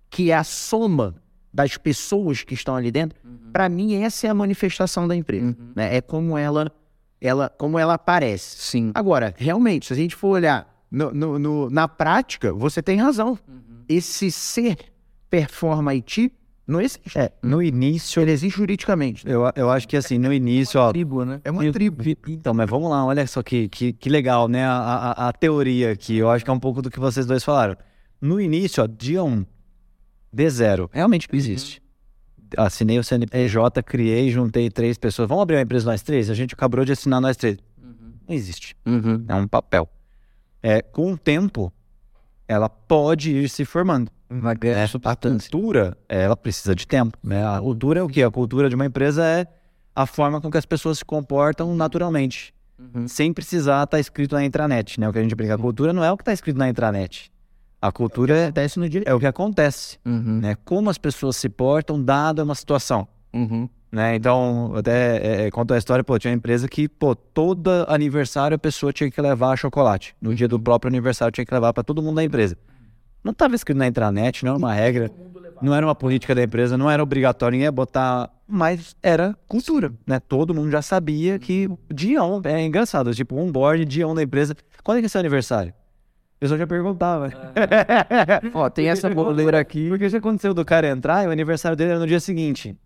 A: que é a soma das pessoas que estão ali dentro, para mim essa é a manifestação da empresa,
C: Uhum.
A: né? É como ela, ela, como ela aparece.
C: Sim.
A: Agora, realmente, se a gente for olhar no- no- no- na prática, você tem razão. Esse ser performa IT não existe.
B: É, no início,
A: Ele existe juridicamente.
B: eu, eu acho que assim, no início, ó.
C: Tribo, né?
A: É uma
B: eu-
A: tribo.
B: vi- Então, mas vamos lá, olha só que, que, que legal, né? A, a- a teoria aqui, eu acho que é um pouco do que vocês dois falaram. No início, ó, dia 1, de zero, realmente não existe. Assinei o CNPJ, criei, juntei três pessoas. Vamos abrir uma empresa nós três? A gente acabou de assinar nós três. Não existe.
C: Uhum.
B: É um papel. É, com o tempo, ela pode ir se formando.
C: Uma
B: né?
C: grande
B: A
C: substância.
B: cultura, ela precisa de tempo. Né? A cultura é o quê? A cultura de uma empresa é a forma com que as pessoas se comportam naturalmente.
C: Uhum.
B: Sem precisar estar escrito na intranet. Né? O que a gente brinca, a cultura não é o que está escrito na intranet. A cultura
A: É Acontece no dia. Hum.
B: é, é o que acontece.
C: Uhum.
B: Né? Como as pessoas se portam dada uma situação
C: Uhum.
B: né? Então, até é, é, conta a história, pô, tinha uma empresa que, pô, todo aniversário a pessoa tinha que levar chocolate. No dia do próprio aniversário tinha que levar pra todo mundo da empresa. Não estava escrito na intranet, não era uma regra, não era uma política da empresa, não era obrigatório ninguém botar, mas era cultura, né? Todo mundo já sabia que dia 1, é engraçado, tipo, onboard, dia 1 da empresa, quando é que é seu aniversário? O pessoal já perguntava.
C: Ó, tem essa boleira aqui.
B: Porque já aconteceu do cara entrar e o aniversário dele era no dia seguinte.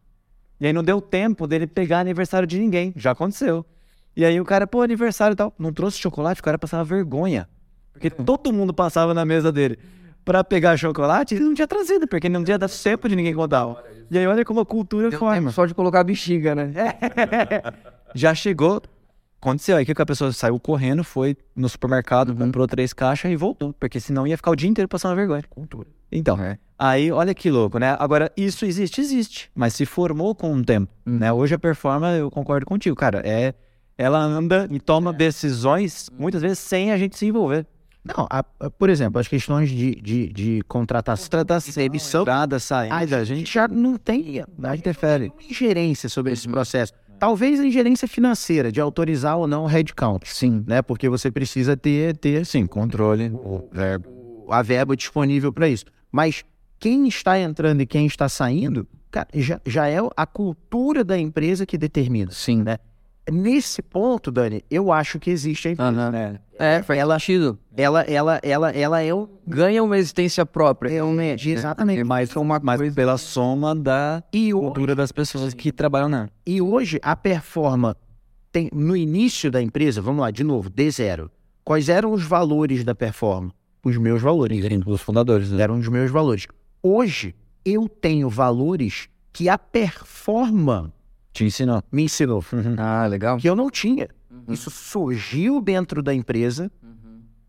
B: E aí não deu tempo dele pegar aniversário de ninguém. Já aconteceu. E aí o cara, pô, aniversário e tal. Não trouxe chocolate, o cara passava vergonha. Porque
C: Uhum.
B: todo mundo passava na mesa dele pra pegar chocolate e ele não tinha trazido, porque não tinha dado tempo de ninguém contar. E aí olha como a cultura
C: Deu
B: forma.
C: tempo só de colocar a bexiga, né?
B: Já chegou, aconteceu aí que a pessoa saiu correndo, foi no supermercado, comprou três caixas e voltou. Porque senão ia ficar o dia inteiro passando vergonha.
C: Cultura.
B: Então,
C: É.
B: aí olha que louco, né? Agora, isso existe? Existe. Mas se formou com o tempo, né? Hoje a performance, eu concordo contigo, cara, é... Ela anda e toma decisões, muitas vezes, sem a gente se envolver.
A: Não, a- a- por exemplo, as questões de, de, de contratação.
B: Contratação,
A: Exibição.
B: entrada, saída.
A: Ai, a gente já não tem. A gente interfere. Ingerência sobre esse processo. Talvez a ingerência financeira, de autorizar ou não o headcount. Sim. Né? Porque você precisa ter, ter sim, controle, o- é, a verba disponível para isso. Mas quem está entrando e quem está saindo, cara, já, já é a cultura da empresa que determina.
C: Sim.
A: Né? Nesse ponto, Dani, eu acho que existe a empresa.
B: né?
C: É, faz sentido.
A: Ela, ela, ela, ela é o.
C: um, Ganha uma existência própria.
A: É um Exatamente.
B: Mas, mas pela soma da
A: E o,
B: cultura das pessoas que trabalham na.
A: E hoje a performa tem no início da empresa, vamos lá, de novo, D zero. Quais eram os valores da performa? Os meus valores.
B: Os fundadores, né?
A: Eram os meus valores. Hoje eu tenho valores que a performa
B: Te ensinou.
A: me ensinou,
C: Ah, legal.
A: que eu não tinha.
B: Hum.
C: Uhum,
A: Isso surgiu dentro da empresa.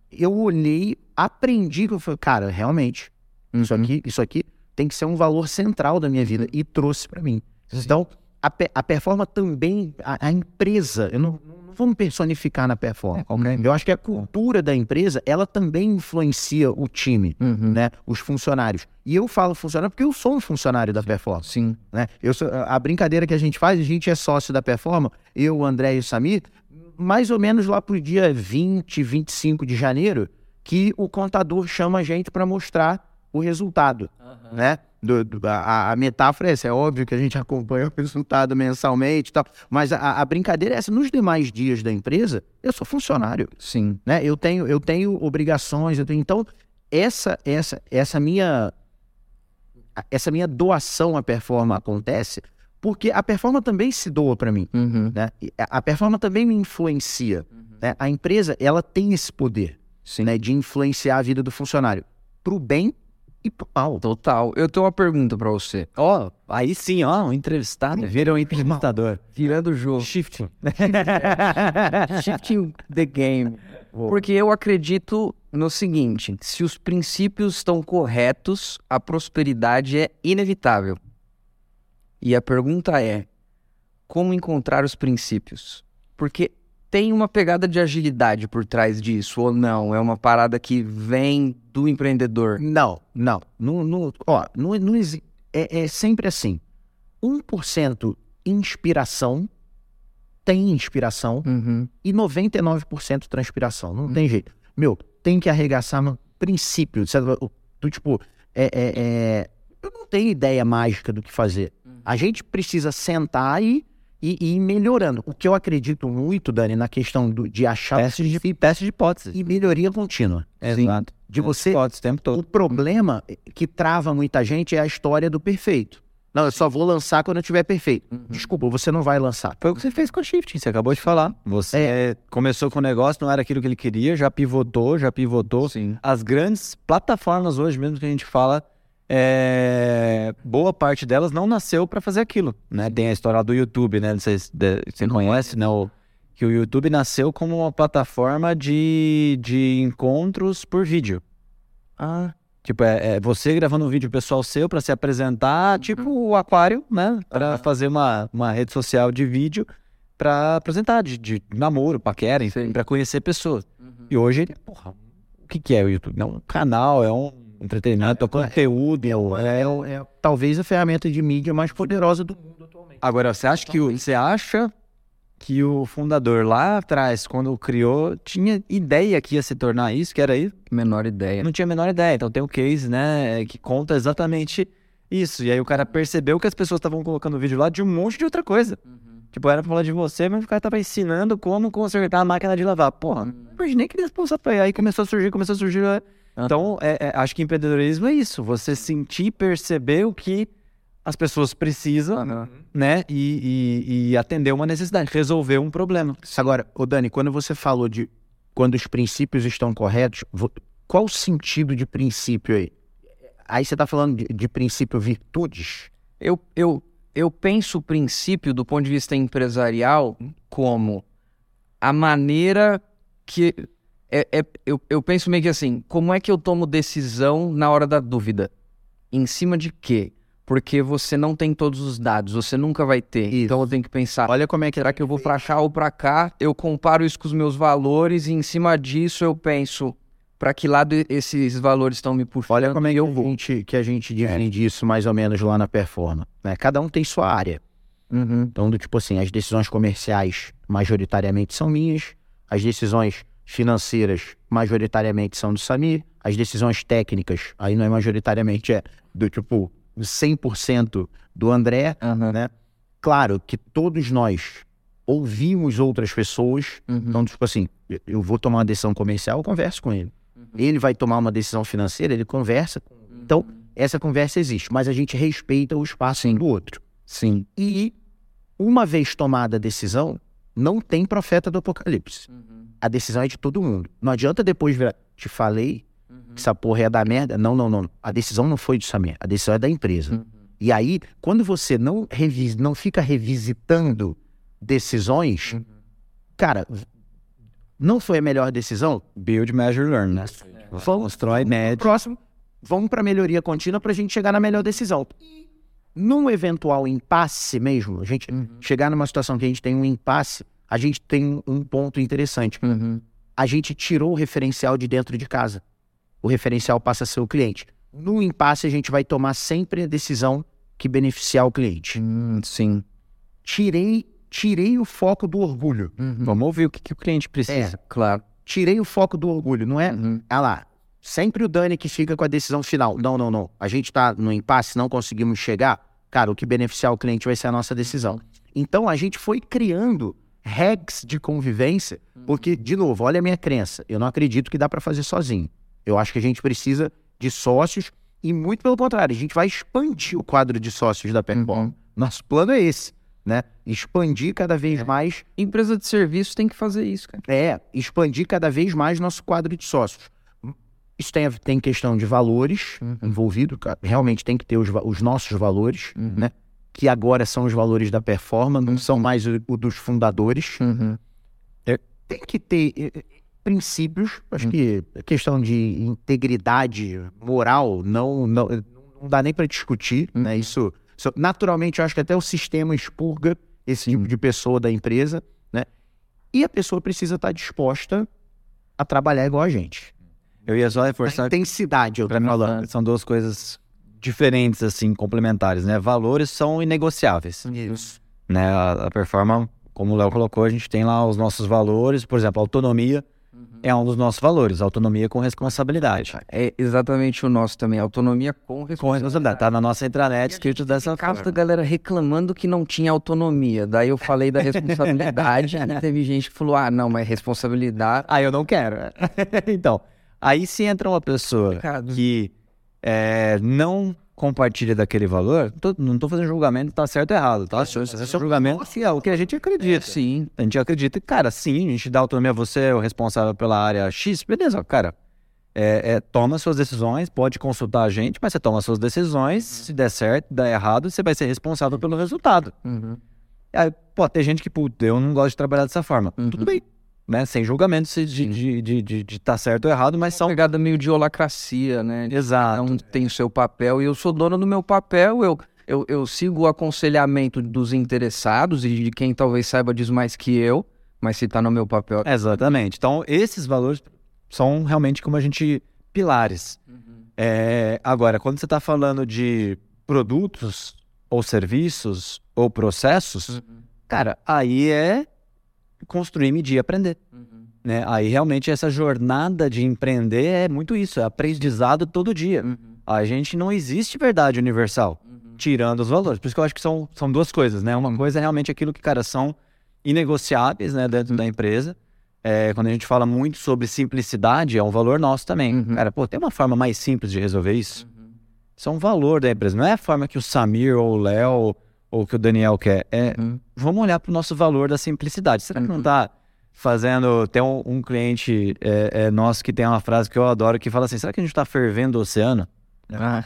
A: Eu olhei, aprendi que eu falei, cara, realmente,
C: Hum. Uhum.
A: isso aqui, isso aqui tem que ser um valor central da minha vida e trouxe pra mim. Então, a, pe- a performance também, a, a empresa, eu não, não vou me personificar na
C: É,
A: performance. Eu acho que a cultura da empresa, ela também influencia o time,
C: Uhum.
A: né? Os funcionários. E eu falo funcionário porque eu sou um funcionário da performance,
C: Sim.
A: né? Eu sou, a a brincadeira que a gente faz, a gente é sócio da performance, eu, o André e o Samir, mais ou menos lá pro dia 20, 25 de janeiro, que o contador chama a gente para mostrar o resultado, né? Do- do- a, a metáfora é essa, é óbvio que a gente acompanha o resultado mensalmente e tal, mas a, a brincadeira é essa, nos demais dias da empresa, eu sou funcionário,
C: Sim.
A: né? Eu tenho, eu tenho obrigações, eu tenho, então essa, essa, essa minha, essa minha doação à performance acontece porque a performance também se doa para mim
C: Uhum.
A: né? E A a performance também me influencia. né? A empresa ela tem esse poder
C: Sim.
A: né, de influenciar a vida do funcionário pro bem e pro mal.
C: Total. Eu tenho uma pergunta pra você.
B: Ó, aí sim, ó, um entrevistado. Vira um entrevistador.
C: Tirando o jogo.
B: Shifting.
C: Shifting um the game. Porque eu acredito no seguinte: se os princípios estão corretos, a prosperidade é inevitável. E a pergunta é: como encontrar os princípios? Porque tem uma pegada de agilidade por trás disso, ou não? É uma parada que vem do empreendedor.
A: Não, não. No, no, ó, no, no exi- é, é sempre assim. 1% inspiração tem inspiração
C: Uhum.
A: e 99% transpiração. Não tem jeito. Meu, tem que arregaçar no princípio. sabe? O- Do tipo, é, é- é, eu não tenho ideia mágica do que fazer. A gente precisa sentar e, e, e ir melhorando. O que eu acredito muito, Dani, na questão do- de achar
B: Teste de, teste de hipótese.
A: e melhoria contínua. É,
B: Exato.
A: De você
B: Hipótese o tempo
A: o
B: todo.
A: problema que trava muita gente é a história do perfeito. Não, eu só vou lançar quando eu tiver perfeito. Desculpa, você não vai lançar. tá?
B: Foi o que você fez com o Shifting, você acabou de falar. Você eh, começou com o negócio, não era aquilo que ele queria, já pivotou, já pivotou.
C: Sim.
B: As grandes plataformas hoje, mesmo que a gente fala, eh, boa parte delas não nasceu para fazer aquilo. Né? Tem a história lá do YouTube, né? Não sei se de- se você conhece, né? O- que o YouTube nasceu como uma plataforma de, de encontros por vídeo.
C: Ah,
B: Tipo, é, é você gravando um vídeo pessoal seu pra se
A: Uhum.
B: apresentar, tipo o Aquário, né? Pra fazer uma, uma rede social de vídeo pra apresentar, de, de namoro, paquera, enfim,
C: Sim.
B: pra conhecer pessoas.
C: Uhum.
B: E hoje, ele, porra, o que, que é o YouTube? Não, é um canal, é um entretenimento, é um conteúdo. É um,
A: É, o- é talvez a ferramenta de mídia mais poderosa do mundo atualmente.
B: Agora, você acha que o, você acha que o fundador lá atrás, quando criou, tinha ideia que ia se tornar isso, que era isso?
C: menor ideia.
B: É. não tinha a menor ideia. Então tem um case, né, que conta exatamente isso. E aí o cara percebeu que as pessoas estavam colocando o vídeo lá de um monte de outra coisa.
C: Uhum.
B: Tipo, era pra falar de você, mas o cara tava ensinando como consertar a máquina de lavar. Porra,
C: Uhum.
B: não imaginei que responsa pra Aí começou a surgir, começou a surgir. né?
C: Ah.
B: Então, é- é, acho que empreendedorismo é isso. Você sentir, perceber o que as pessoas precisam, né? E, e- e atender uma necessidade, resolver um problema.
A: Agora, ô Dani, quando você falou de quando os princípios estão corretos, vo- qual o sentido de princípio aí? Aí você tá falando de, de princípio virtudes?
C: Eu, eu, eu penso o princípio do ponto de vista empresarial
A: Uhum.
C: como a maneira que. É, é- eu, eu penso meio que assim: como é que eu tomo decisão na hora da dúvida? Em cima de quê? Porque você não tem todos os dados, você nunca vai ter.
A: Isso.
C: Então eu tenho que pensar:
A: Olha como é que
C: será que eu vou pra cá ou pra cá? Eu comparo isso com os meus valores e em cima disso eu penso pra que lado esses valores estão me puxando.
A: Olha como é que,
C: eu
A: a
C: vou.
A: gente, que a gente defende isso mais ou menos lá na performance. Né? Cada um tem sua área.
C: Uhum.
A: Então, do tipo assim, as decisões comerciais majoritariamente são minhas, as decisões financeiras majoritariamente são do Samir, as decisões técnicas, aí não é majoritariamente, é do tipo 100% do André. né?
C: Uhum.
A: Claro que todos nós ouvimos outras pessoas,
C: Uhum.
A: então, tipo assim, eu- eu vou tomar uma decisão comercial, eu converso com ele.
C: Uhum.
A: Ele vai tomar uma decisão financeira, ele conversa. Então, essa conversa existe, mas a gente respeita o espaço um do outro.
C: Sim.
A: E, uma vez tomada a decisão, não tem profeta do apocalipse. A decisão é de todo mundo. Não adianta depois virar, te falei que essa porra ia dar merda. Não, não, não. A decisão não foi do Samir, a decisão é da empresa. E aí, quando você não, revis, não fica revisitando decisões, cara, não foi a melhor decisão? É.
B: Build, measure, learn, né? Constrói, mede.
A: Próximo, vamos para melhoria contínua para a gente chegar na melhor decisão. E Num eventual impasse mesmo, a gente chegar numa situação que a gente tem um impasse, a gente tem um- um ponto interessante.
C: Uhum.
A: A gente tirou o referencial de dentro de casa. O referencial passa a ser o cliente. No impasse, a gente vai tomar sempre a decisão que beneficiar o cliente.
C: Hum, sim.
A: Tirei, tirei o foco do orgulho.
B: Vamos ouvir o que, que o cliente precisa.
C: É, Claro.
A: Tirei o foco do orgulho, não é?
C: Uhum.
A: Ah lá, sempre o Dani que fica com a decisão final. Não, não, não. A gente tá no impasse, não conseguimos chegar. Cara, o que beneficiar o cliente vai ser a nossa decisão. Então a gente foi criando hacks de convivência, porque, de novo, olha a minha crença. Eu não acredito que dá pra fazer sozinho. Eu acho que a gente precisa de sócios e, muito pelo contrário, a gente vai expandir o quadro de sócios da
C: Uhum.
A: Perpom. Nosso plano é esse, né? Expandir cada vez mais
C: Empresa de serviço tem que fazer isso, cara.
A: é expandir cada vez mais nosso quadro de sócios. Isso tem, a- tem questão de valores envolvido, ca- realmente tem que ter os, va- os nossos valores, né? Que agora são os valores da performance, não são mais o, o dos fundadores.
B: Uhum.
A: Tem que ter eh, eh, princípios, acho que a questão de integridade moral não, não, eh, não dá nem para discutir, né? Isso, isso- naturalmente, eu acho que até o sistema expurga esse tipo de pessoa da empresa, né? E a pessoa precisa estar disposta a trabalhar igual a gente.
B: Eu ia só
A: Essa
B: reforçar
A: intensidade, eu tô
B: Pra mim,
A: falando.
B: são duas coisas diferentes, assim, complementares, né? Valores são inegociáveis,
A: é Isso.
B: né? A, a performance, como o Léo colocou, a gente tem lá os nossos valores, por exemplo, autonomia é um dos nossos valores, autonomia com responsabilidade.
C: É exatamente o nosso também. Autonomia com
B: Com
C: responsabilidade.
B: responsabilidade, tá na nossa intranet escrito dessa
C: Caso da
B: forma.
C: galera reclamando que não tinha autonomia. Daí eu falei da responsabilidade. né? Teve gente que falou: ah, não, mas responsabilidade.
B: Ah, eu não quero. então, aí se entra uma pessoa
C: Complicado.
B: que é, não compartilha daquele valor, tô- não tô fazendo julgamento, tá certo ou errado, tá? Esse julgamento é o que a gente acredita.
C: Sim.
B: A gente acredita que, cara, sim, a gente dá autonomia a você, é o responsável pela área X, beleza, cara. É, é, toma suas decisões, pode consultar a gente, mas você toma suas decisões, se der certo, der errado, você vai ser responsável pelo resultado.
C: Uhum.
B: Aí, pô, tem gente que, puta, eu não gosto de trabalhar dessa forma.
C: Uhum.
B: Tudo bem, né? Sem julgamento se de estar de, de, de, de tá certo ou errado, mas
C: Uma
B: são...
C: pegada meio de holacracia, né?
B: Exato.
C: Cada um tem o seu papel e eu sou dono do meu papel. Eu, eu, eu sigo o aconselhamento dos interessados e de quem talvez saiba disso mais que eu, mas se tá no meu papel.
B: Exatamente. Então, esses valores são realmente como a gente pilares. É, agora, quando você está falando de produtos ou serviços ou processos,
C: Uhum.
B: cara, aí é construir, medir, e aprender. Né? Aí realmente essa jornada de empreender é muito isso, é aprendizado todo dia. A gente não existe verdade universal, tirando os valores. Por isso que eu acho que são, são duas coisas, né? Uma coisa é realmente aquilo que, cara, são inegociáveis, né, dentro da empresa. É, quando a gente fala muito sobre simplicidade, é um valor nosso também.
C: Uhum.
B: Cara, pô, tem uma forma mais simples de resolver isso? Isso é um valor da empresa. Não é a forma que o Samir ou o Léo ou que o Daniel quer. É,
C: Uhum.
B: vamos olhar para o nosso valor da simplicidade. Será que não está fazendo. Tem um, um cliente é, é, nosso que tem uma frase que eu adoro que fala assim: será que a gente está fervendo o oceano?
C: Ah,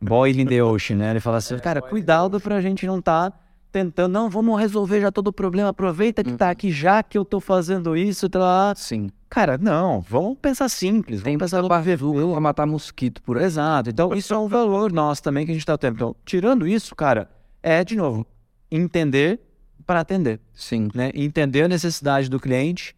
B: Boiling the ocean, né? Ele fala assim: cara, cuidado para a gente não estar tentando, não, vamos resolver já todo o problema, aproveita que tá aqui já que eu tô fazendo isso, tá lá.
C: sim.
B: Cara, não, vamos pensar simples, vamos
C: Tem
B: pensar
C: pessoa para matar mosquito por aí.
B: Exato. Então, isso é um valor nosso também que a gente está tendo. Então, tirando isso, cara, é, de novo, entender para atender.
C: Sim.
B: Né? Entender a necessidade do cliente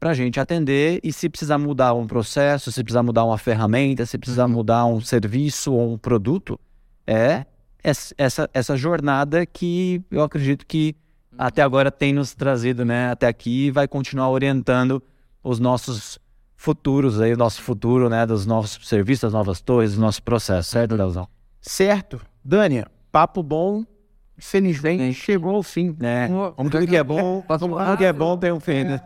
B: para a gente atender e se precisar mudar um processo, se precisar mudar uma ferramenta, se precisar mudar um serviço ou um produto, é es- essa, essa jornada que eu acredito que até agora tem nos trazido né, até aqui e vai continuar orientando os nossos futuros aí, o nosso futuro, né, dos nossos serviços, das novas torres, dos nossos processos, certo, Leozão?
A: Certo. Dani, papo bom. Felizmente
C: Sim.
A: chegou ao fim. né?
B: É,
C: Uhum.
A: Como
B: tudo que é bom, tudo que é bom tem um fim, né?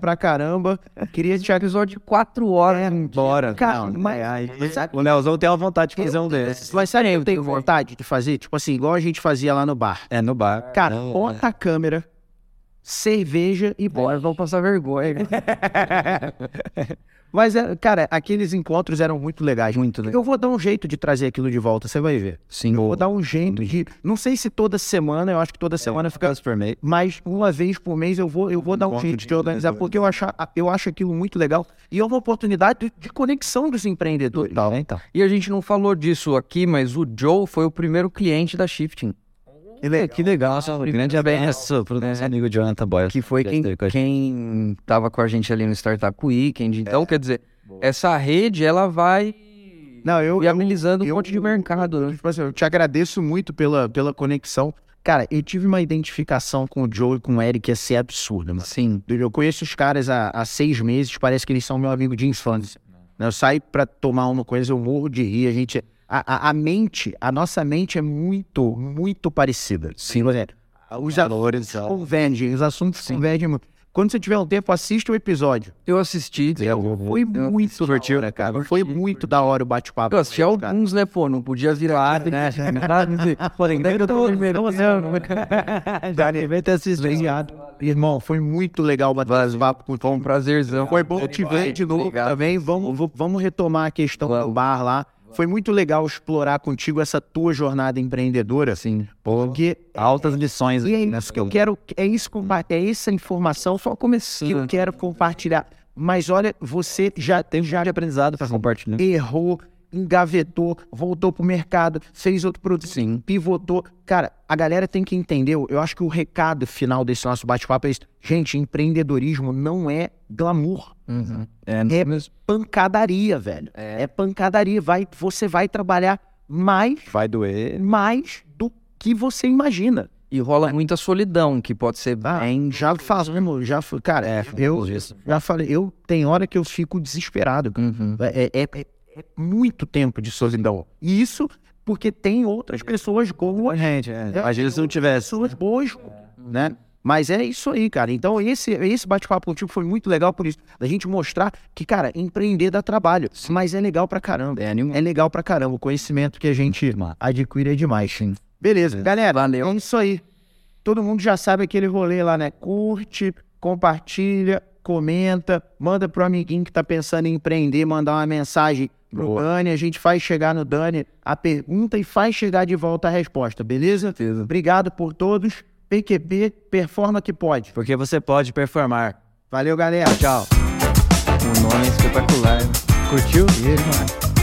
A: pra caramba. Queria te agradecer.
C: Episódio de quatro horas.
B: Bora.
A: Cara,
B: Não,
A: mas-
B: é, aí-
A: mas sabe-
B: o Leozão tem uma vontade de fazer um desses.
A: Mas sério, eu tenho vontade de fazer, tipo assim, igual a gente fazia lá no bar.
B: É no bar.
A: Cara,
B: Não, é.
A: bota a câmera, cerveja e bora.
C: Bora, vão passar vergonha.
A: Mas, é, cara, aqueles encontros eram muito legais.
C: Muito legal.
A: Eu vou dar um jeito de trazer aquilo de volta, você vai ver.
C: Sim.
A: Vou dar um jeito de. Não sei se toda semana, eu acho que toda semana fica.
B: Gus É, por meio.
A: Mas uma vez por mês eu vou, eu vou dar um
B: Encontro
A: jeito de
B: de
A: organizar,
B: empreendedores.
A: porque eu acho, eu acho aquilo muito legal. E é uma oportunidade de, de conexão dos empreendedores.
B: Tá, então.
C: E a gente não falou disso aqui, mas o Joe foi o primeiro cliente da Shifting,
B: Que legal. Que legal. só um grande abraço pro nosso amigo Jonathan Boyle.
C: que foi
B: Já
C: quem,
B: esteve com a gente.
C: quem tava com a gente ali no Startup Weekend. Então, quer dizer, essa rede, ela vai
A: Não, eu,
C: viabilizando
A: eu-
C: um monte de mercado, né?
A: Tipo assim, eu te agradeço muito pela, pela conexão. Cara, eu tive uma identificação com o Joe e com o Eric, assim, absurda, mano.
C: Sim.
A: Eu conheço os caras há, há seis meses, parece que eles são meu amigo de infância. Eu saio pra tomar uma coisa, eu morro de rir, a gente... A, a, a mente, a nossa mente é muito, muito parecida. Sim, Os valores
C: é.
A: convergem, os assuntos convergem muito. Quando você tiver um tempo, assista o episódio.
C: Eu assisti.
A: Foi muito divertido, né, cara? Foi muito da hora o bate-papo.
C: Eu assisti alguns, né, pô? Não podia virar, né? Porém, eu tô
A: Dani, vem ter assistido. Irmão, foi muito legal bater esse papo com
C: Foi um prazerzão.
A: Foi bom te ver de novo
C: Obrigado.
A: também. Vamos, vo- vamos retomar a questão do
C: Vamos.
A: bar lá. Foi muito legal explorar contigo essa tua jornada empreendedora.
C: Sim.
A: Porque
B: Altas lições.
A: e é
B: né?
A: isso que eu quero, é, isso, compa- é essa informação só que eu
C: Começando.
A: quero compartilhar. Mas olha, você já tem um já
B: de aprendizado para compartilhar.
A: errou, engavetou, voltou pro mercado, fez outro produto,
C: Sim.
A: pivotou. Cara, a galera tem que entender, eu acho que o recado final desse nosso bate-papo é isso. Gente, empreendedorismo não é glamour.
C: É,
A: É pancadaria, velho. É, pancadaria. Vai, você vai trabalhar mais,
B: Vai doer.
A: mais do que você imagina.
C: E rola muita solidão, que pode ser
A: Tá?
C: bem.
A: Já faço, meu irmão, já fui. Cara, é, eu
B: falamos disso.
A: já falei, eu tem hora que eu fico desesperado. cara.
C: Uhum.
A: É, é- é- é muito tempo de solidão. E isso porque tem outras pessoas boas,
B: Gente, é. Imagina se não tivesse.
A: pessoas boas, né? Mas é isso aí, cara. Então, esse, esse bate-papo contigo foi muito legal por isso. Da gente mostrar que, cara, empreender dá trabalho. Mas é legal pra caramba.
C: É, animal.
A: É legal pra caramba. O conhecimento que a gente
B: Mano.
A: adquire é demais. Sim. Beleza, galera.
C: Valeu.
A: É isso aí. Todo mundo já sabe aquele rolê lá, né? Curte, compartilha, comenta, manda pro amiguinho que tá pensando em empreender, mandar uma mensagem pro
B: Boa.
A: Dani. A gente faz chegar no Dani a pergunta e faz chegar de volta a resposta, beleza?
C: Certeza.
A: Obrigado por todos. PQP, performa que pode.
B: Porque você pode performar.
A: Valeu, galera. Tchau.
C: O nome é espetacular.
B: Curtiu?
A: Beijo, mano.